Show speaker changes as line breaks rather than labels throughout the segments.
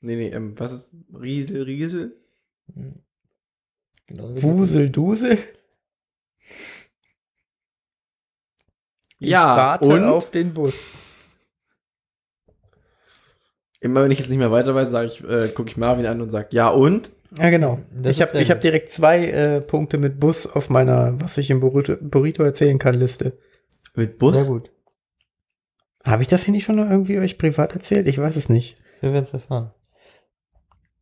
Nee, nee, ähm, was ist Riesel, Riesel?
Hm. Genauso wie-
Wusel, Dusel.
Ja,
ich warte
und?
auf den Bus.
Immer wenn ich jetzt nicht mehr weiter weiß, sage ich, äh, gucke ich Marvin an und sage, ja und?
Ja, genau.
Das
ich
ist
habe
sehr
hab
gut.
direkt zwei äh, Punkte mit Bus auf meiner, was ich im Burrito, Burrito erzählen kann, Liste.
Mit Bus?
Sehr gut.
Habe ich das hier nicht schon irgendwie euch privat erzählt? Ich weiß es nicht.
Wir werden es erfahren.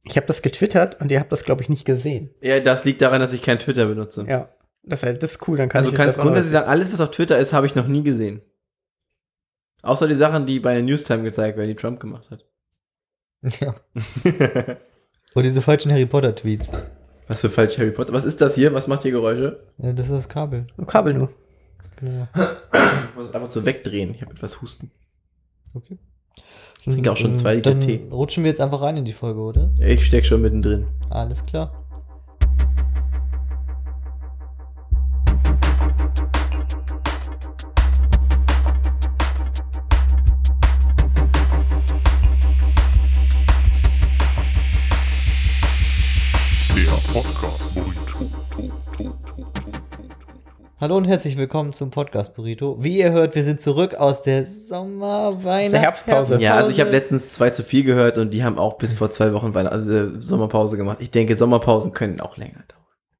Ich habe das getwittert und ihr habt das, glaube ich, nicht gesehen.
Ja, das liegt daran, dass ich kein Twitter benutze.
Ja. Das, heißt, das ist cool, dann kann
also
ich euch
kannst
das auch noch-
grundsätzlich sagen, alles, was auf Twitter ist, habe ich noch nie gesehen. Außer die Sachen, die bei der Newstime gezeigt werden, die Trump gemacht hat.
Ja. Und diese falschen Harry Potter-Tweets.
was für falsch Harry Potter? Was ist das hier? Was macht hier Geräusche?
Ja, das ist das Kabel.
Oh, Kabel nur.
Genau.
Ich muss es einfach so wegdrehen. Ich habe etwas Husten.
Okay. Ich
trinke auch schon zwei Liter
dann
Tee.
Rutschen wir jetzt einfach rein in die Folge, oder?
Ich steck schon mittendrin.
Alles klar.
Der Podcast Burrito.
Hallo und herzlich willkommen zum Podcast Burrito. Wie ihr hört, wir sind zurück aus der Sommer, Weihnachts
der Herbstpause.
Ja, also ich habe letztens 2 zu 4 gehört und die haben auch bis vor zwei Wochen Weihnachten- also, äh, Sommerpause gemacht. Ich denke, Sommerpausen können auch länger dauern.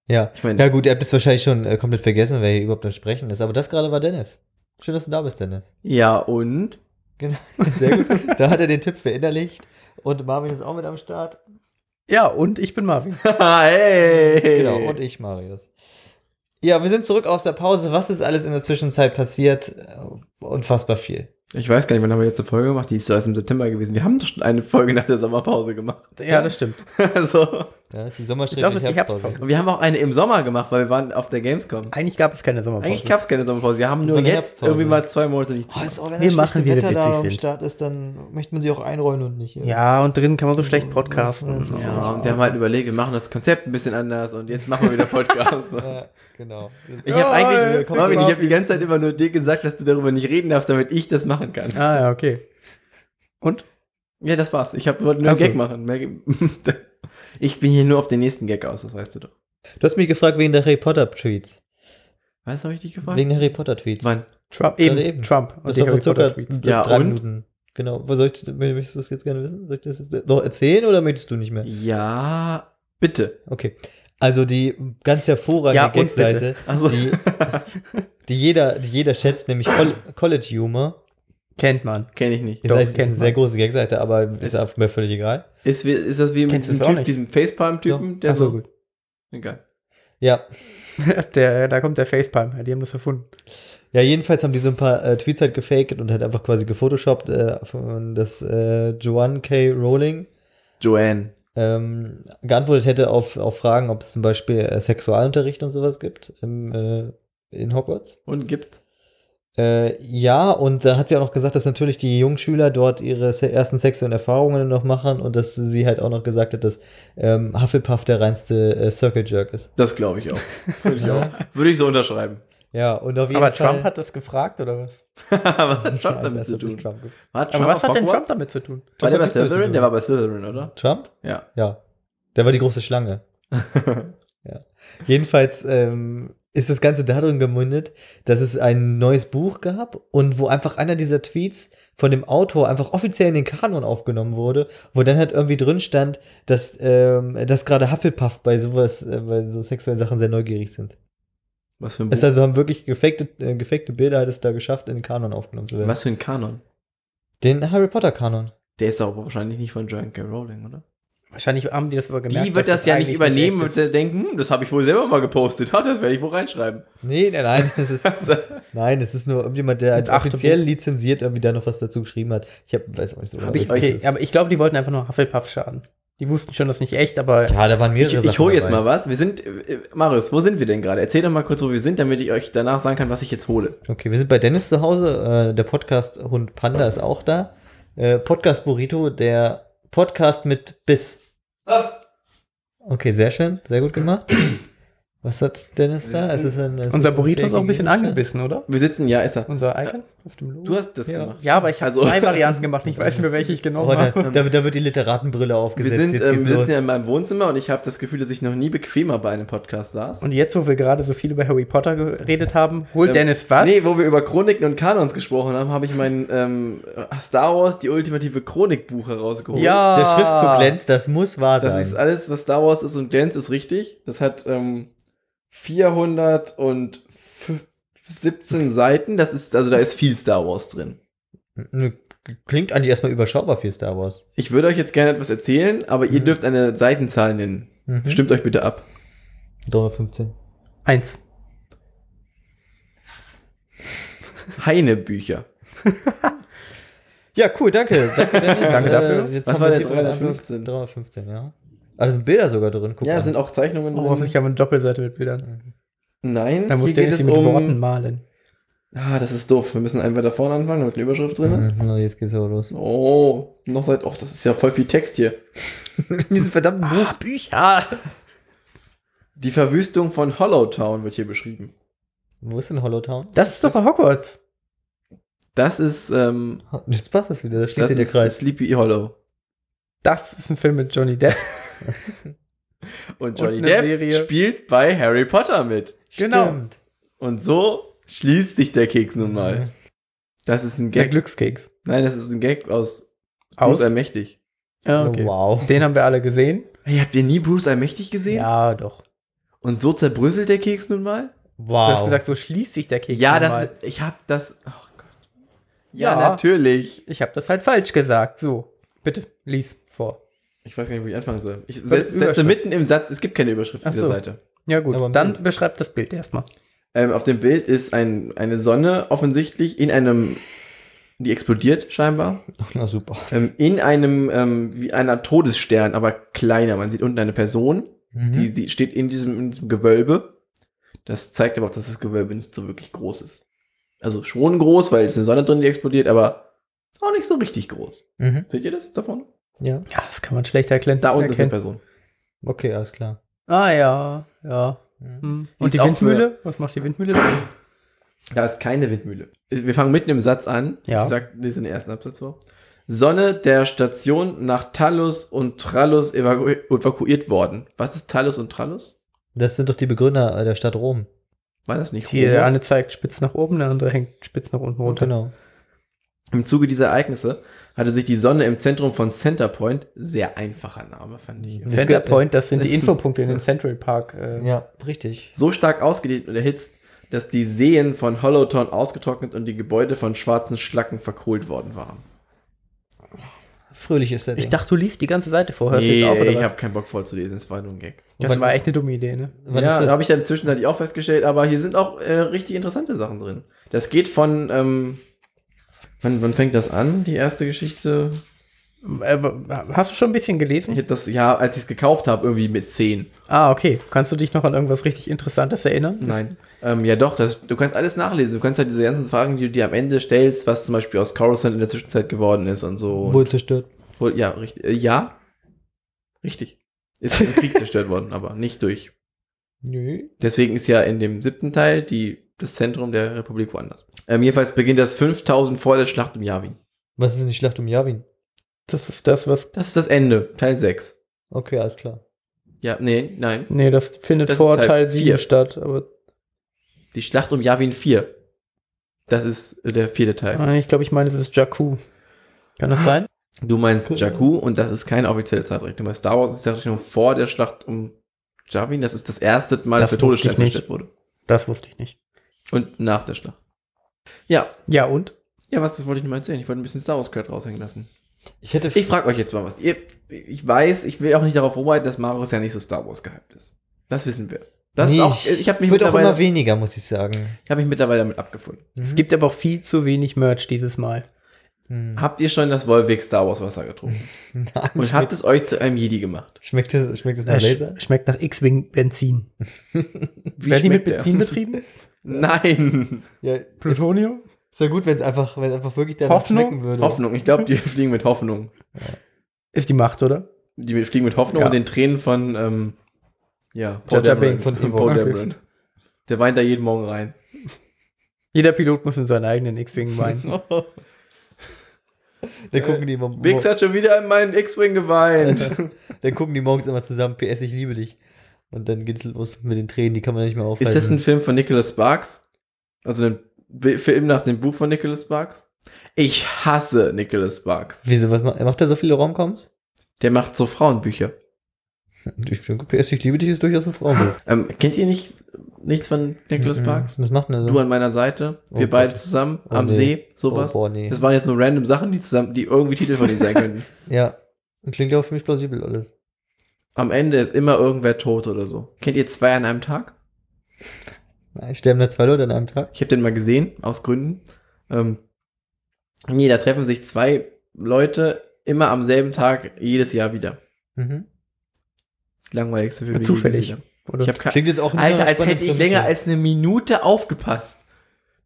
Ja,
Ich mein-
ja gut, ihr habt es wahrscheinlich schon äh, komplett vergessen, wer hier überhaupt am Sprechen ist. Aber das gerade war Dennis. Schön, dass du da bist, Dennis.
Ja, und?
Genau, sehr gut. da hat er den Tipp verinnerlicht. Und Marvin ist auch mit am Start.
Ja, und ich bin Marvin.
hey!
Genau, und ich, Marius. Ja, wir sind zurück aus der Pause. Was ist alles in der Zwischenzeit passiert? Äh, Unfassbar viel.
Ich weiß gar nicht, wann haben wir jetzt eine Folge gemacht? Die ist doch erst im September gewesen. Wir haben doch schon eine Folge nach der Sommerpause gemacht.
Ja, das stimmt.
also,
Ja, das ist die
Ich glaube, es
Sommerschrift
ist die Herbstpause.
und wir haben auch eine im Sommer gemacht, weil wir waren auf der Gamescom.
Eigentlich gab es keine Sommerpause.
Eigentlich gab es keine Sommerpause. Wir haben
Das
nur
war eine
jetzt
Herbstpause.
irgendwie mal zwei Monate nichts.
Oh, ist auch, wenn
Wir
das
machen,
schlechte
wie wir
Wetter da
witzig
am
sind.
Start ist, dann möchte man sich auch einräumen und nicht. äh,
ja, und drinnen kann man so schlecht podcasten.
Das ist
Ja, und wir haben halt überlegt, wir machen das Konzept ein bisschen anders und jetzt machen wir wieder Podcast.
Ja, genau.
Ich habe eigentlich,
willkommen
Marvin, ich
überhaupt
habe die ganze Zeit immer nur dir gesagt, dass du darüber nicht reden darfst, damit ich das machen kann.
Ah, ja, okay. Und?
Ja, das war's. Ich hab, wollte nur einen
Ach so.
Gag machen. Mehr Ge- Ich bin hier nur auf den nächsten Gag aus, das weißt du doch.
Du hast mich gefragt wegen der Harry Potter Tweets.
Was habe ich dich gefragt?
Wegen der Harry Potter Tweets.
Wann?
Trump, eben,
Gerade eben.
Trump.
Das
die
war
Harry
vor circa
Potter-Tweets.
Ja,
drei
und?
Minuten. Genau. Was soll ich, möchtest du das jetzt gerne wissen? Soll ich das jetzt noch erzählen oder möchtest du nicht mehr?
Ja, bitte.
Okay. Also die ganz
Ja,
hervorragende
und
Gag-Seite,
Also,
die, die, jeder, die jeder schätzt, nämlich Col College Humor.
Kennt man.
kenne ich nicht.
Ist,
Doch,
eigentlich, ist
kennt
eine
man.
sehr große Gag-Seite, aber ist,
Ist-
mir völlig egal.
Ist, wie- ist das wie mit
Kennst du
diesem
das auch
Typ,
nicht?
diesem Facepalm-Typen? Der
Ach so,
so,
also gut.
Egal.
Ja.
Der, da kommt der Facepalm. her, Die haben das erfunden.
Ja, jedenfalls haben die so ein paar äh, Tweets halt gefaked und halt einfach quasi gefotoshoppt, äh, von- dass äh, Joanne K. Rowling
Joanne.
ähm, geantwortet hätte auf, auf Fragen, ob es zum Beispiel äh, Sexualunterricht und sowas gibt im, äh, in Hogwarts.
Und gibt.
Äh, ja, und da hat sie auch noch gesagt, dass natürlich die Jungschüler dort ihre se ersten sexuellen Erfahrungen noch machen und dass sie halt auch noch gesagt hat, dass ähm, Hufflepuff der reinste äh, Circle Jerk ist.
Das glaube ich auch. Würde ich auch. Würde ich so unterschreiben.
Ja, und auf jeden
Aber
Fall.
Trump hat das gefragt, oder was?
was hat
Ja,
Trump damit
das
zu
hat nicht
tun?
Trump ge-
War Trump
Aber
auf
was hat denn Trump
Hogwarts?
damit zu tun?
War der bei
Trump hat nichts damit zu
Slytherin?
tun.
Der war bei Slytherin, oder?
Trump?
Ja.
Ja. Der war die große Schlange. ja. Jedenfalls ähm, ist das Ganze darin gemündet, dass es ein neues Buch gab und wo einfach einer dieser Tweets von dem Autor einfach offiziell in den Kanon aufgenommen wurde, wo dann halt irgendwie drin stand, dass, ähm, dass gerade Hufflepuff bei sowas, äh, bei so sexuellen Sachen sehr neugierig sind.
Was für ein
Es
Buch?
also haben wirklich gefakte, äh, gefakte Bilder hat es da geschafft, in den Kanon aufgenommen zu werden.
Was für ein Kanon?
Den Harry Potter Kanon.
Der ist aber wahrscheinlich nicht von Joanne K. Rowling, oder?
Wahrscheinlich haben die das aber gemerkt.
die wird
dass
das ja nicht
eigentlich
übernehmen
echt
und wird denken, hm, das habe ich wohl selber mal gepostet. Ha, das werde ich wohl reinschreiben.
Nee, nein, nein, das ist,
Also,
Nein, es ist nur irgendjemand, der
Mit
halt
achtem
offiziell
Buch.
lizenziert irgendwie da noch was dazu geschrieben hat. Ich hab, weiß auch nicht so
ist.
genau,
Hab ich,
was das
okay,
ist.
aber ich glaube, die wollten einfach nur Hufflepuff schaden. Die wussten schon, das nicht echt, aber
Ja, da waren mehrere
ich ich hole jetzt mal was. Wir sind, äh, äh, Marius, wo sind wir denn gerade? Erzähl doch mal kurz, wo wir sind, damit ich euch danach sagen kann, was ich jetzt hole.
Okay, wir sind bei Dennis zu Hause. Äh, der Podcast Hund Panda ist auch da. Äh, Podcast Burrito, der Podcast mit Biss.
Was?
Okay, sehr schön, sehr gut gemacht. Was hat Dennis da? Es ist ein, es
Unser
ist
Burrito ist auch ein bisschen
Gegenstand.
angebissen, oder?
Wir sitzen, ja, ist er.
Unser Icon auf dem Logo.
Du hast das
Ja.
gemacht.
ja, aber ich habe
Also-
zwei Varianten gemacht. Ich weiß nicht mehr, welche ich
Oh,
genommen
da,
habe.
da, da wird die Literatenbrille
Wir
aufgesetzt.
sind,
Jetzt
ähm,
geht's
wir
los.
sitzen ja in meinem Wohnzimmer und ich habe das Gefühl, dass ich noch nie bequemer bei einem Podcast saß.
Und jetzt, wo wir gerade so viel über Harry Potter geredet haben, holt
Ähm,
Dennis was?
Nee, wo wir über Chroniken und Kanons gesprochen haben, habe ich mein ähm, Star Wars, die ultimative Chronikbuch herausgeholt.
Ja.
Der Schriftzug glänzt, das muss wahr
Ah. Das
sein.
ist alles, was Star Wars ist und glänzt, ist richtig. Das hat ähm, 417 Seiten. Das ist, also da ist viel Star Wars drin.
Klingt eigentlich erstmal überschaubar für Star Wars.
Ich würde euch jetzt gerne etwas erzählen, aber ihr
Mhm.
dürft eine Seitenzahl nennen.
Mhm.
Stimmt euch bitte ab.
315.
Eins.
Heine-Bücher.
Ja, cool, danke. Danke, Dennis.
Danke dafür.
Äh, jetzt
Was
haben
war
wir
der
die-
315?
315, ja. Ah, da sind Bilder sogar drin. Guck
Ja,
an.
es sind auch Zeichnungen
Oh, hoffentlich haben wir eine Doppelseite mit Bildern.
Nein,
Dann muss Dennis sie mit Worten malen.
um- Ah, das ist doof. Wir müssen einfach da vorne anfangen, damit eine Überschrift drin ne? ist.
Mhm, na, jetzt geht's aber los.
Oh, noch seit. Oh, das ist ja voll viel Text hier.
In diesem verdammten
Ah,
Buch.
Bücher!
Die Verwüstung von Hollowtown wird hier beschrieben.
Wo ist denn Hollowtown?
Das ist doch bei Hogwarts.
Das ist, ähm,
Jetzt passt das wieder, da schließt
das
sich der
ist
Kreis.
Sleepy Hollow.
Das ist ein Film mit Johnny Depp.
Und Johnny
eine
Depp
Serie.
spielt bei Harry Potter mit.
Genau.
Stimmt.
Und so schließt sich der Keks nun mal.
Mhm.
Das ist ein
Der
Gag.
Glückskeks.
Nein, das ist ein Gag aus, Bruce
Aus.
Allmächtig.
Ja, okay.
Wow.
Den haben wir alle gesehen.
Hey, habt ihr nie Bruce Allmächtig gesehen?
Ja, doch.
Und so zerbröselt der Keks nun mal?
Du hast
Wow.
gesagt, so schließt sich der Keks.
ja,
nochmal.
das, ich hab das. Oh Gott. Ja,
Ja.
natürlich.
Ich habe das halt falsch gesagt. So, bitte, lies vor.
Ich weiß gar nicht, wo ich anfangen soll. Ich setz, setze
Überschrift.
mitten im Satz, es gibt keine Überschrift
Ach
auf dieser
so.
Seite.
Ja, gut.
Aber im
Dann
Bild.
beschreib das Bild erstmal.
Ähm, auf dem Bild ist ein, eine Sonne offensichtlich in einem, die explodiert scheinbar,
Na super.
ähm, in einem, ähm, wie einer Todesstern, aber kleiner. Man sieht unten eine Person,
Mhm.
die, die steht in diesem, in diesem Gewölbe. Das zeigt aber auch, dass das Gewölbe nicht so wirklich groß ist. Also schon groß, weil es ist eine Sonne drin, die explodiert, aber auch nicht so richtig groß.
mhm.
Seht ihr das davon?
Ja,
Ja, das kann man schlecht erklären.
Da unten ist eine
erkennen.
Person.
okay, alles klar.
Ah, ja, ja.
Mhm.
Hm.
Ist
Und die
auch
Windmühle? Was macht die Windmühle?
Da ist keine Windmühle. Wir fangen mitten im Satz an.
Ja.
Ich sag, lese den ersten Absatz vor. Sonne der Station nach Talus und Trallus evaku evakuiert worden. Was ist Talus und Trallus?
Das sind doch die Begründer äh, der Stadt Rom.
War das nicht
Die
Romulus?
eine zeigt spitz nach oben, der andere hängt spitz nach unten runter.
Genau.
Im Zuge dieser Ereignisse hatte sich die Sonne im Zentrum von Centerpoint, sehr einfacher Name, fand ich.
Ja.
Centerpoint, das sind
Das-
die Infopunkte in den Central Park. Äh,
Ja, richtig.
So stark ausgedehnt und erhitzt, dass die Seen von Hollowtown ausgetrocknet und die Gebäude von schwarzen Schlacken verkohlt worden waren.
Fröhlich ist der
Ich
Ding.
dachte, du liest die ganze Seite vor. Hörst du
Nee,
jetzt auf, oder
ich
was?
habe keinen Bock vorzulesen, es war nur ein Gag.
das war echt eine dumme Idee, ne?
Wann
ja,
ist
da
das?
habe ich dann zwischenzeitlich auch festgestellt, aber hier sind auch äh, richtig interessante Sachen drin. Das geht von, ähm, wann, wann fängt das an, die erste Geschichte?
Äh, w- Hast du schon ein bisschen gelesen?
Ich hätte das, ja, als ich es gekauft habe, irgendwie mit 10.
Ah, okay. Kannst du dich noch an irgendwas richtig Interessantes erinnern?
Ähm, ja doch, das, du kannst alles nachlesen. Du kannst halt diese ganzen Fragen, die du dir am Ende stellst, was zum Beispiel aus Coruscant in der Zwischenzeit geworden ist und so.
Wurde zerstört.
Wohl- ja, richtig. Äh, ja, richtig. Ist im Krieg zerstört worden, aber nicht durch.
Nö.
Deswegen ist ja in dem siebten Teil die, das Zentrum der Republik woanders. Ähm, jedenfalls beginnt das 5000 vor der Schlacht um Yavin.
Was ist denn die Schlacht um Yavin?
Das ist das, was.
Das ist das Ende, Teil 6.
Okay, alles klar.
Ja, nee, nein.
Nee, das findet
Das ist
vor
Teil
Teil, 7
vier.
statt, aber
Die Schlacht um Yavin 4. Das ist äh, der vierte Teil.
Ah, ich glaube, ich meine, das ist Jakku. Kann das sein?
Du meinst Jakku und das ist keine offizielle Zeitrechnung. Bei Star Wars ist die Zeitrechnung vor der Schlacht um Yavin. Das ist das erste Mal, dass
Das
der Todesstern
wusste ich nicht.
zerstört wurde.
Das wusste ich nicht.
Und nach der Schlacht. Ja,
Ja, und?
ja, was, das wollte ich nicht mal erzählen. Ich wollte ein bisschen Star Wars Credit raushängen lassen.
Ich hätte.
Ich frage euch jetzt mal was. Ihr, ich weiß, ich will auch nicht darauf rumreiten, dass Marius ja nicht so Star Wars gehypt ist. Das wissen wir. Das ist
Nee,
auch, ich habe mich,
es wird auch immer
mittlerweile-
weniger, muss ich sagen.
ich hab mich mittlerweile damit abgefunden.
Es gibt aber auch viel zu wenig Merch dieses Mal.
Mhm.
Habt ihr schon das Wolwig Star Wars Wasser getrunken?
Nein,
Und habt
schmeckt,
es euch zu einem Jedi gemacht?
schmeckt, es, schmeckt es nach
Äh, sch-
Laser?
schmeckt nach X-Wing Benzin.
Wie
Werden die mit
schmeckt der?
Benzin betrieben?
Nein.
Ja, es
Plutonium?
wäre gut, wenn es einfach, wenn einfach wirklich danach
Hoffnung?
schmecken würde.
Hoffnung. Ich glaube, die fliegen mit Hoffnung.
Ist die Macht, oder?
Die fliegen mit Hoffnung
Ja.
und den Tränen von ähm, Ja,
Jaja
Dameron
Binks von
Paul
Evox.
Dameron. Der weint da jeden Morgen rein.
Jeder Pilot muss in seinen eigenen X-Wing weinen.
Wir gucken die, mor-
Bix hat schon wieder in meinen X-Wing geweint.
dann gucken die morgens immer zusammen, PS, ich liebe dich. Und dann geht's los mit den Tränen, die kann man nicht mehr aufhalten.
Ist das ein Film von Nicholas Sparks? Also ein Bi- Film nach dem Buch von Nicholas Sparks? Ich hasse Nicholas Sparks.
Wieso, was macht, macht er so viele Romcoms?
Der macht so Frauenbücher.
Ich denke, PS, ich liebe dich ist durchaus ein Frauenbild.
Ähm, kennt ihr nicht, nichts von Nicholas Sparks?
Was macht denn er so?
Du an meiner Seite, wir
Oh
beide
Gott.
zusammen,
Oh
am
nee.
See, sowas.
Oh, boah, nee.
Das waren jetzt so random Sachen, die zusammen, die irgendwie Titel von ihm sein könnten.
Ja. Klingt ja auch für mich plausibel alles.
Am Ende ist immer irgendwer tot oder so. Kennt ihr zwei an einem Tag?
Nein, sterben da zwei Leute an einem Tag?
Ich habe den mal gesehen, aus Gründen. Ähm, nee, da treffen sich zwei Leute immer am selben Tag, jedes Jahr wieder.
Mhm.
Langweiligste Film.
Ja,
den ich je
zufällig,
gesehen hab.
Oder?
Ich hab keine
Klingt jetzt auch
Alter,
nach
als
spannenden
hätte ich länger
Prämisse.
als eine Minute aufgepasst.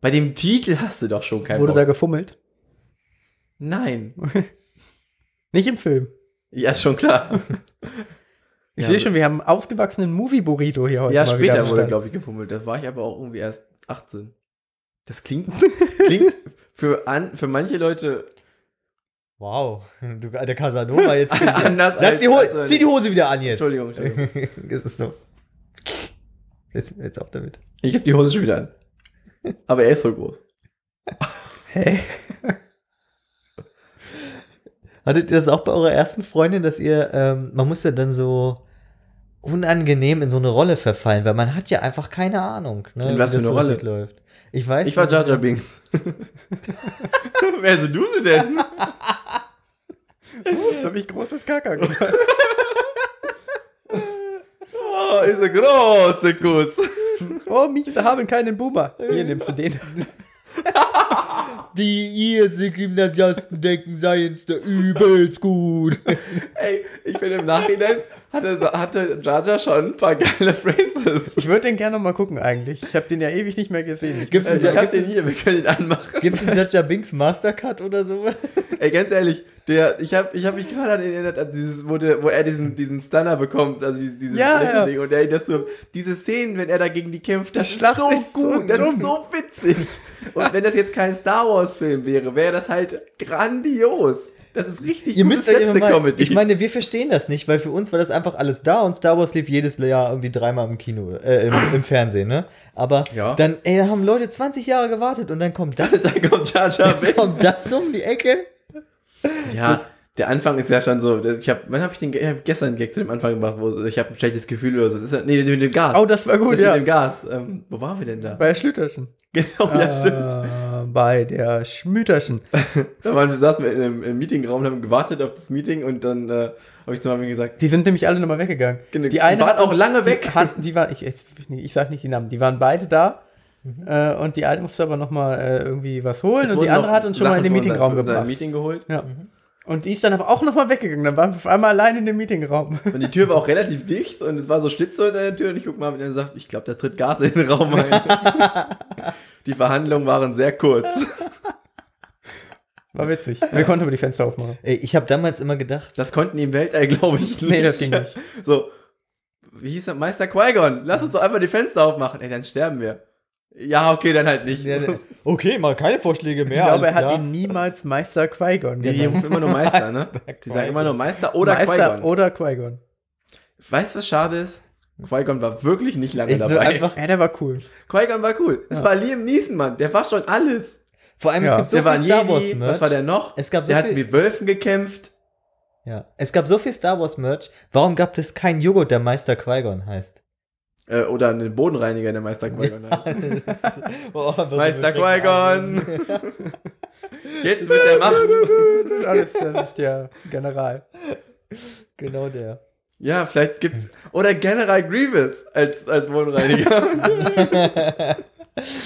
Bei dem Titel hast du doch schon keinen
Wurde da
Bock.
gefummelt?
Nein.
Nicht im Film.
Ja, schon klar.
Ich
Ja,
sehe schon, wir haben einen ausgewachsenen Movie-Burrito hier heute.
ja,
mal wieder am
später wurde,
Start.
glaube ich, gefummelt. Das war ich aber auch irgendwie erst 18. Das klingt, klingt für, an, für manche Leute
Wow. Du, der Casanova jetzt.
anders
Lass die
als-
Hose, zieh die Hose wieder an jetzt.
Entschuldigung, Entschuldigung.
ist es so. Ist jetzt auch damit.
Ich habe die Hose schon wieder an. Aber er ist so groß.
Hä?
Hattet ihr das auch bei eurer ersten Freundin, dass ihr, ähm, man muss ja dann so unangenehm in so eine Rolle verfallen, weil man hat ja einfach keine Ahnung, ne,
In was
wie
für eine
das so
Rolle?
richtig läuft. Ich weiß
Ich war
nicht.
Jaja Binks. Wer sind du sie denn?
Das habe ich großes Kacker gemacht.
Oh, ist ein großer Kuss.
Oh, Miese haben keinen Boomer. Hier nimmst du den.
Die Irse Gymnasiasten denken, Science der übelst gut.
Ey, ich finde im Nachhinein hatte, hatte Jaja schon ein paar geile Phrases.
Ich würde den gerne noch mal gucken eigentlich. Ich habe den ja ewig nicht mehr gesehen.
Gibt's
Also
einen,
ich hab
gibt's,
den hier, wir können ihn anmachen.
gibt's einen Jaja Binks Mastercard oder sowas?
Ey, ganz ehrlich, der, ich habe ich hab mich gerade an ihn erinnert, an dieses, wo, der, wo er diesen, diesen Stunner bekommt, also dieses, dieses
Ja,
dritte
ja.
Ding und er ihn das so, diese Szenen, wenn er da gegen die kämpft, das
Die
ist
Schlacht
so
ist so
gut, das
dumm.
ist so witzig. Und wenn das jetzt kein Star Wars Film wäre, wäre das halt grandios. Das ist richtig
Ihr
gute
müsst euch immer mal,
Slapstick-Comedy.
ich meine, wir verstehen das nicht, weil für uns war das einfach alles da und Star Wars lief jedes Jahr irgendwie dreimal im Kino, äh, im, im Fernsehen, ne? Aber
Ja.
dann, ey, da haben Leute 20 Jahre gewartet und dann kommt das,
da kommt Jar Jar
dann
Binks.
kommt das um die Ecke.
Ja, der Anfang ist ja schon so. Ich hab, wann habe ich den? Ge- Ich hab gestern einen Gag zu dem Anfang gemacht, wo ich habe ein schlechtes Gefühl oder so. Das ist, ja- nee, mit dem Gas.
Oh, das war gut,
das
ja.
mit dem Gas. Ähm, wo waren wir denn da?
Bei Schlüterschen.
genau,
Ah.
ja, stimmt.
Äh, Bei der Schmüterschen.
Da waren wir, saßen wir in einem, im Meetingraum und haben gewartet auf das Meeting und dann äh, habe ich zu Marvin gesagt,
Die sind nämlich alle nochmal weggegangen.
Genau,
Die eine
waren
hat
auch
uns-
lange weg.
Die, hatten- die war, ich, ich, ich sag nicht die Namen, die waren beide da. Äh, und die eine musste aber nochmal äh, irgendwie was holen
Mhm. es
und die
wurden
andere
noch
hat uns schon mal in den
Sachen von
Meetingraum
unserem- von unserem
gebracht.
Meeting Mhm. geholt.
Ja. Und die ist dann aber auch nochmal weggegangen. Dann waren wir auf einmal allein in dem Meetingraum.
Und die Tür war auch relativ dicht und es war so Schlitze hinter der Tür und ich guck mal und er sagt, ich glaube, da tritt Gas in den Raum ein. die Verhandlungen waren sehr kurz.
War witzig. Wir konnten aber die Fenster aufmachen.
Ey, ich habe damals immer gedacht,
Das konnten die im Weltall, glaube ich, nicht.
Nee, das ging nicht.
So, wie hieß der Meister Qui-Gon? Lass uns doch einfach die Fenster aufmachen. Ey, dann sterben wir. Ja, okay, dann halt nicht.
ja, okay, mal keine Vorschläge
Ich
mehr.
glaube, er
alles
hat
klar.
ihn niemals Meister Qui-Gon
Nee, die
genannt.
rufen immer nur Meister, ne? Die sagen immer nur Meister oder
Meister
Qui-Gon.
oder Qui-Gon.
Weißt du, was schade ist? Qui-Gon war wirklich nicht lange
Ist nur
dabei.
einfach,
Ja, der war cool.
Qui-Gon war cool. Das war Liam Neeson, Mann. Der war schon alles.
vor allem, es
Ja,
gibt so
der war
viel
ein
Star Wars
Jedi.
Merch.
Was war der noch?
Es gab so
der hat
viel-
mit Wölfen gekämpft.
Ja. Es gab so viel Star Wars Merch. Warum gab es keinen Joghurt, der Meister Qui-Gon heißt?
Äh, oder einen Bodenreiniger, der Meister Qui-Gon heißt.
Boah, was für
Meister
beschränkte
Qui-Gon. Jetzt mit der Macht.
Alles, das ist ja General.
Genau der.
Ja, vielleicht gibt's. Oder General Grievous als, als Bodenreiniger.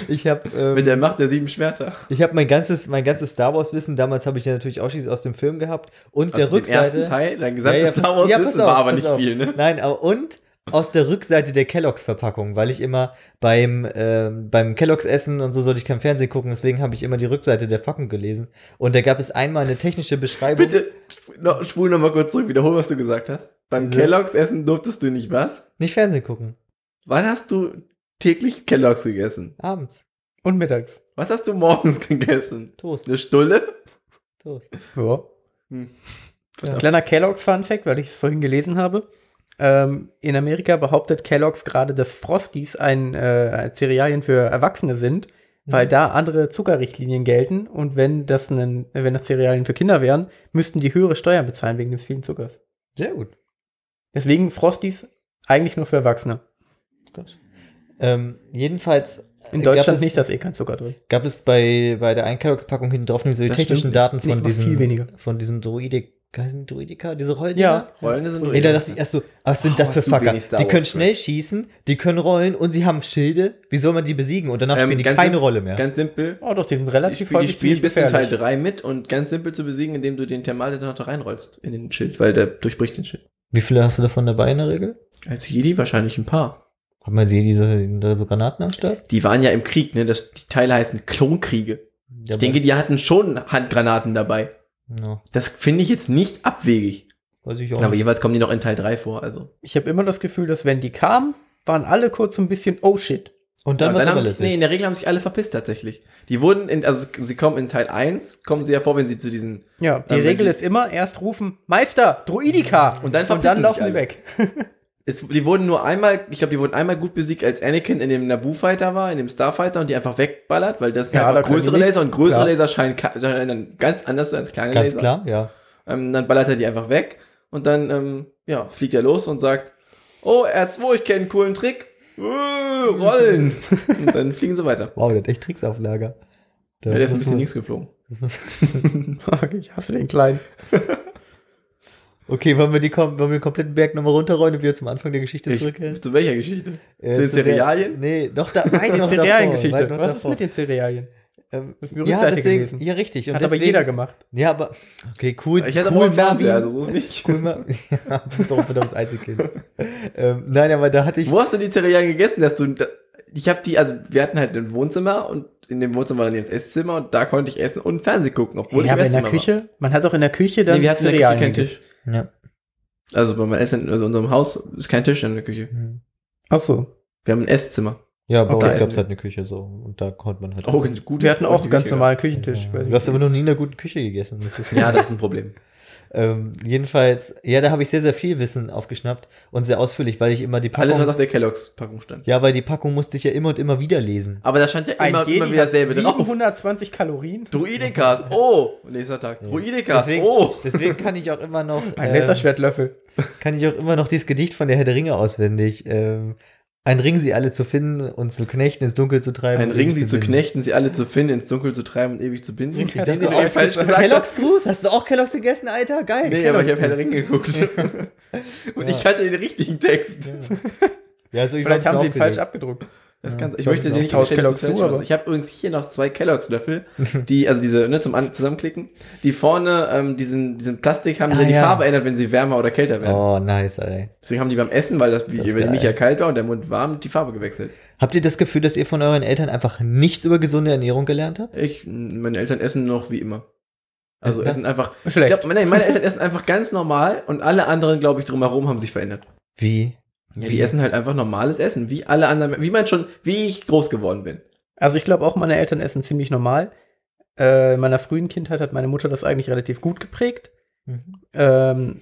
Ich habe
mit
ähm,
der Macht der sieben Schwerter.
ich hab mein ganzes mein ganzes Star Wars Wissen damals habe ich ja natürlich ausschließlich aus dem Film gehabt und der
Also den
Rückseite
ersten Teil, dein gesamtes
pass-
Star Wars
pass
Wissen war aber
pass
nicht viel, ne?
Nein, aber und aus der Rückseite der Kelloggs-Verpackung, weil ich immer beim, ähm, beim Kelloggs-Essen und so sollte ich kein Fernsehen gucken, deswegen habe ich immer die Rückseite der Packung gelesen. Und da gab es einmal eine technische Beschreibung.
Bitte sp- no, spul nochmal kurz zurück, wiederhol, was du gesagt hast. Beim
Wieso?
Kelloggs essen durftest du nicht was?
Nicht Fernsehen gucken.
Wann hast du täglich Kelloggs gegessen?
Abends.
Und mittags.
Was hast du morgens gegessen?
Toast.
Eine Stulle?
Toast.
Ja.
Hm.
Kleiner Kellogg's-Fun-Fact, weil ich es vorhin gelesen habe. Ähm, in Amerika behauptet Kellogg's gerade, dass Frosties ein äh, Cerealien für Erwachsene sind,
Mhm.
weil da andere Zuckerrichtlinien gelten und wenn das, einen, wenn das Cerealien für Kinder wären, müssten die höhere Steuern bezahlen wegen des vielen Zuckers.
Sehr gut.
Deswegen Frosties eigentlich nur für Erwachsene.
Ähm, jedenfalls
In
äh, gab
Deutschland
es,
nicht, da ist eh kein Zucker drin.
gab es bei, bei der Einkelungspackung hinten drauf nämlich so die
Das
technischen
stimmt.
Daten von
Nee, noch
diesen
viel weniger.
von diesen Droidik, heißen Droidika, diese Rollen.
Ja.
Rollende sind
Ey, da dachte ich erst so, was sind
Oh,
das
hast
für
du
Fucker?
wenig Star
Die können
Wars
schnell schießen, die können rollen und sie haben Schilde. Wie soll man die besiegen? Und danach
Ähm,
spielen die
ganz
keine
sim-
Rolle mehr.
Ganz simpel.
Oh doch, die sind
Die
relativ
Spiel, die Spiel
ziemlich
bis in Teil
gefährlich.
3 mit und ganz simpel zu besiegen, indem du den Thermaldetonator reinrollst in den Schild, weil der durchbricht den Schild.
Wie viele hast du davon dabei in der Regel?
Als Jedi wahrscheinlich ein paar.
Hat man sie diese da so Granaten am Start?
Die waren ja im Krieg, ne? Das, die Teile heißen Klonkriege.
Ja,
ich denke, die hatten schon Handgranaten dabei.
No,
Das finde ich jetzt nicht abwegig.
weiß ich auch
Aber
nicht.
jeweils kommen die noch in Teil 3 vor, also.
Ich habe immer das Gefühl, dass wenn die kamen, waren alle kurz so ein bisschen, oh shit.
Und dann
Ja,
was
haben
aber
sich, nee, in der Regel haben sich alle verpisst tatsächlich. Die wurden in, also sie kommen in Teil 1, kommen sie ja vor, wenn sie zu diesen.
Ja, die
Ähm, wenn
Regel
sie-
ist immer erst rufen, Meister, Druidika.
Und dann
Mhm.
verpissen
und dann
sich
laufen die
alle.
weg.
Es, die wurden nur einmal, ich glaube, die wurden einmal gut besiegt, als Anakin in dem Naboo-Fighter war, in dem Starfighter und die einfach wegballert, weil das sind
Ja, da
einfach
können die
größere
nichts.
Laser und größere
Klar.
Laser scheinen, ka- scheinen dann ganz anders als kleine
Ganz
Laser.
klar, ja.
Ähm, dann ballert er die einfach weg und dann ähm, ja, fliegt er los und sagt, oh, R2, ich kenne einen coolen Trick. Äh, rollen. und dann fliegen sie weiter.
Wow, der hat echt Tricks auf Lager. Da
Ja, der ist ein
muss
bisschen
man-
links geflogen.
das muss-
Okay, ich hasse den Kleinen.
okay, wollen wir, die, kom- wollen wir den kompletten Berg nochmal runterrollen und wieder zum Anfang der Geschichte
Ich,
zurückkehren?
zu welcher Geschichte?
Äh,
zu den
zu der-
Cerealien?
Nee, doch da, nein, noch
Cerealiengeschichte.
davor.
Was ist mit den Cerealien?
ähm,
ist mir
ja,
Rückseite
deswegen,
gewesen.
ja, richtig. Und
Hat
deswegen,
aber jeder gemacht.
Ja, aber, okay, cool.
Ich hatte
cool,
aber auch einen Fernseher,
Marvin.
also so ist nicht.
Cool, Marvin. ja, du bist auch ein verdammtes Einzelkind. ähm, nein, aber da hatte ich,
Wo hast du die Cerealien gegessen? Dass du, da, ich habe die, also wir hatten halt ein Wohnzimmer und in dem Wohnzimmer war dann das Esszimmer und da konnte ich essen und Fernsehen gucken, obwohl ich
Ja,
im
aber in der
Esszimmer
Küche, man hat doch in der Küche
war.
dann
Nee, wir hatten in der Küche keinen Tisch.
ja.
Also bei meinen Eltern, also in unserem Haus ist kein Tisch in der Küche.
Ach so.
Wir haben ein Esszimmer.
Ja, bei
Okay.
uns gab es halt eine Küche so. Und da konnte man halt.
Oh, gut.
Wir hatten auch einen ganz normalen Küchentisch. weiß
ja. Du
nicht.
hast aber noch nie in einer guten Küche gegessen. Das ist
Ja, das ist ein Problem.
Ähm, jedenfalls, ja, da habe ich sehr, sehr viel Wissen aufgeschnappt und sehr ausführlich, weil ich immer die Packung.
Alles, was auf der Kelloggs-Packung stand.
ja, weil die Packung musste ich ja immer und immer wieder lesen.
Aber da stand ja
Ein
immer,
Jedi
immer wieder
hat
dasselbe drauf.
720 Kalorien.
Druidikas, oh! Nächster Tag. Druidikas,
deswegen,
oh!
deswegen kann ich auch immer noch.
Ein
ähm,
Laserschwertlöffel.
kann ich auch immer noch dieses Gedicht von der Herr der Ringe auswendig. Ähm, ein Ring, sie alle zu finden und zu knechten, ins Dunkel zu treiben.
Ein
und
Ring,
ewig
sie zu
binden.
knechten, sie alle zu finden, ins Dunkel zu treiben und ewig zu binden.
Richtig,
das
das
ist
ist auch
falsch gesagt.
Kelloggs Gruß? Hast du auch Kelloggs gegessen, Alter? Geil.
Nee, aber ich habe
Kelloggs
Herr der Ringe geguckt. Und
Ja.
ich kannte den richtigen Text.
Ja, so ich
Vielleicht haben sie ihn falsch
abgelegt.
abgedruckt.
Das
Ja.
kann, ich
Sollte
möchte
es
sie
auch.
nicht
Tauscht
auf Kelloggs
Kelloggs
zu,
zu, aber-
Ich habe übrigens hier noch zwei Kelloggs-Löffel, die, also diese, ne, zum An Zusammenklicken, die vorne ähm, diesen, diesen Plastik haben, der
Ah,
die
ja.
Farbe ändert, wenn sie wärmer oder kälter werden.
Oh, nice, ey.
Deswegen haben die beim Essen, weil das,
ist
weil die
geil.
Milch ja kalt war und der Mund warm, die Farbe gewechselt.
Habt ihr das Gefühl, dass ihr von euren Eltern einfach nichts über gesunde Ernährung gelernt habt?
Ich, m, meine Eltern essen noch wie immer. Also
Was?
essen einfach. Ich
Schlecht.
glaub, nein, meine Eltern essen einfach ganz normal und alle anderen, glaube ich, drumherum haben sich verändert.
Wie?
Ja, die essen halt einfach normales Essen, wie alle anderen, wie man schon, wie ich groß geworden bin.
Also ich glaube auch, meine Eltern essen ziemlich normal. Äh, in meiner frühen Kindheit hat meine Mutter das eigentlich relativ gut geprägt.
Mhm.
Ähm,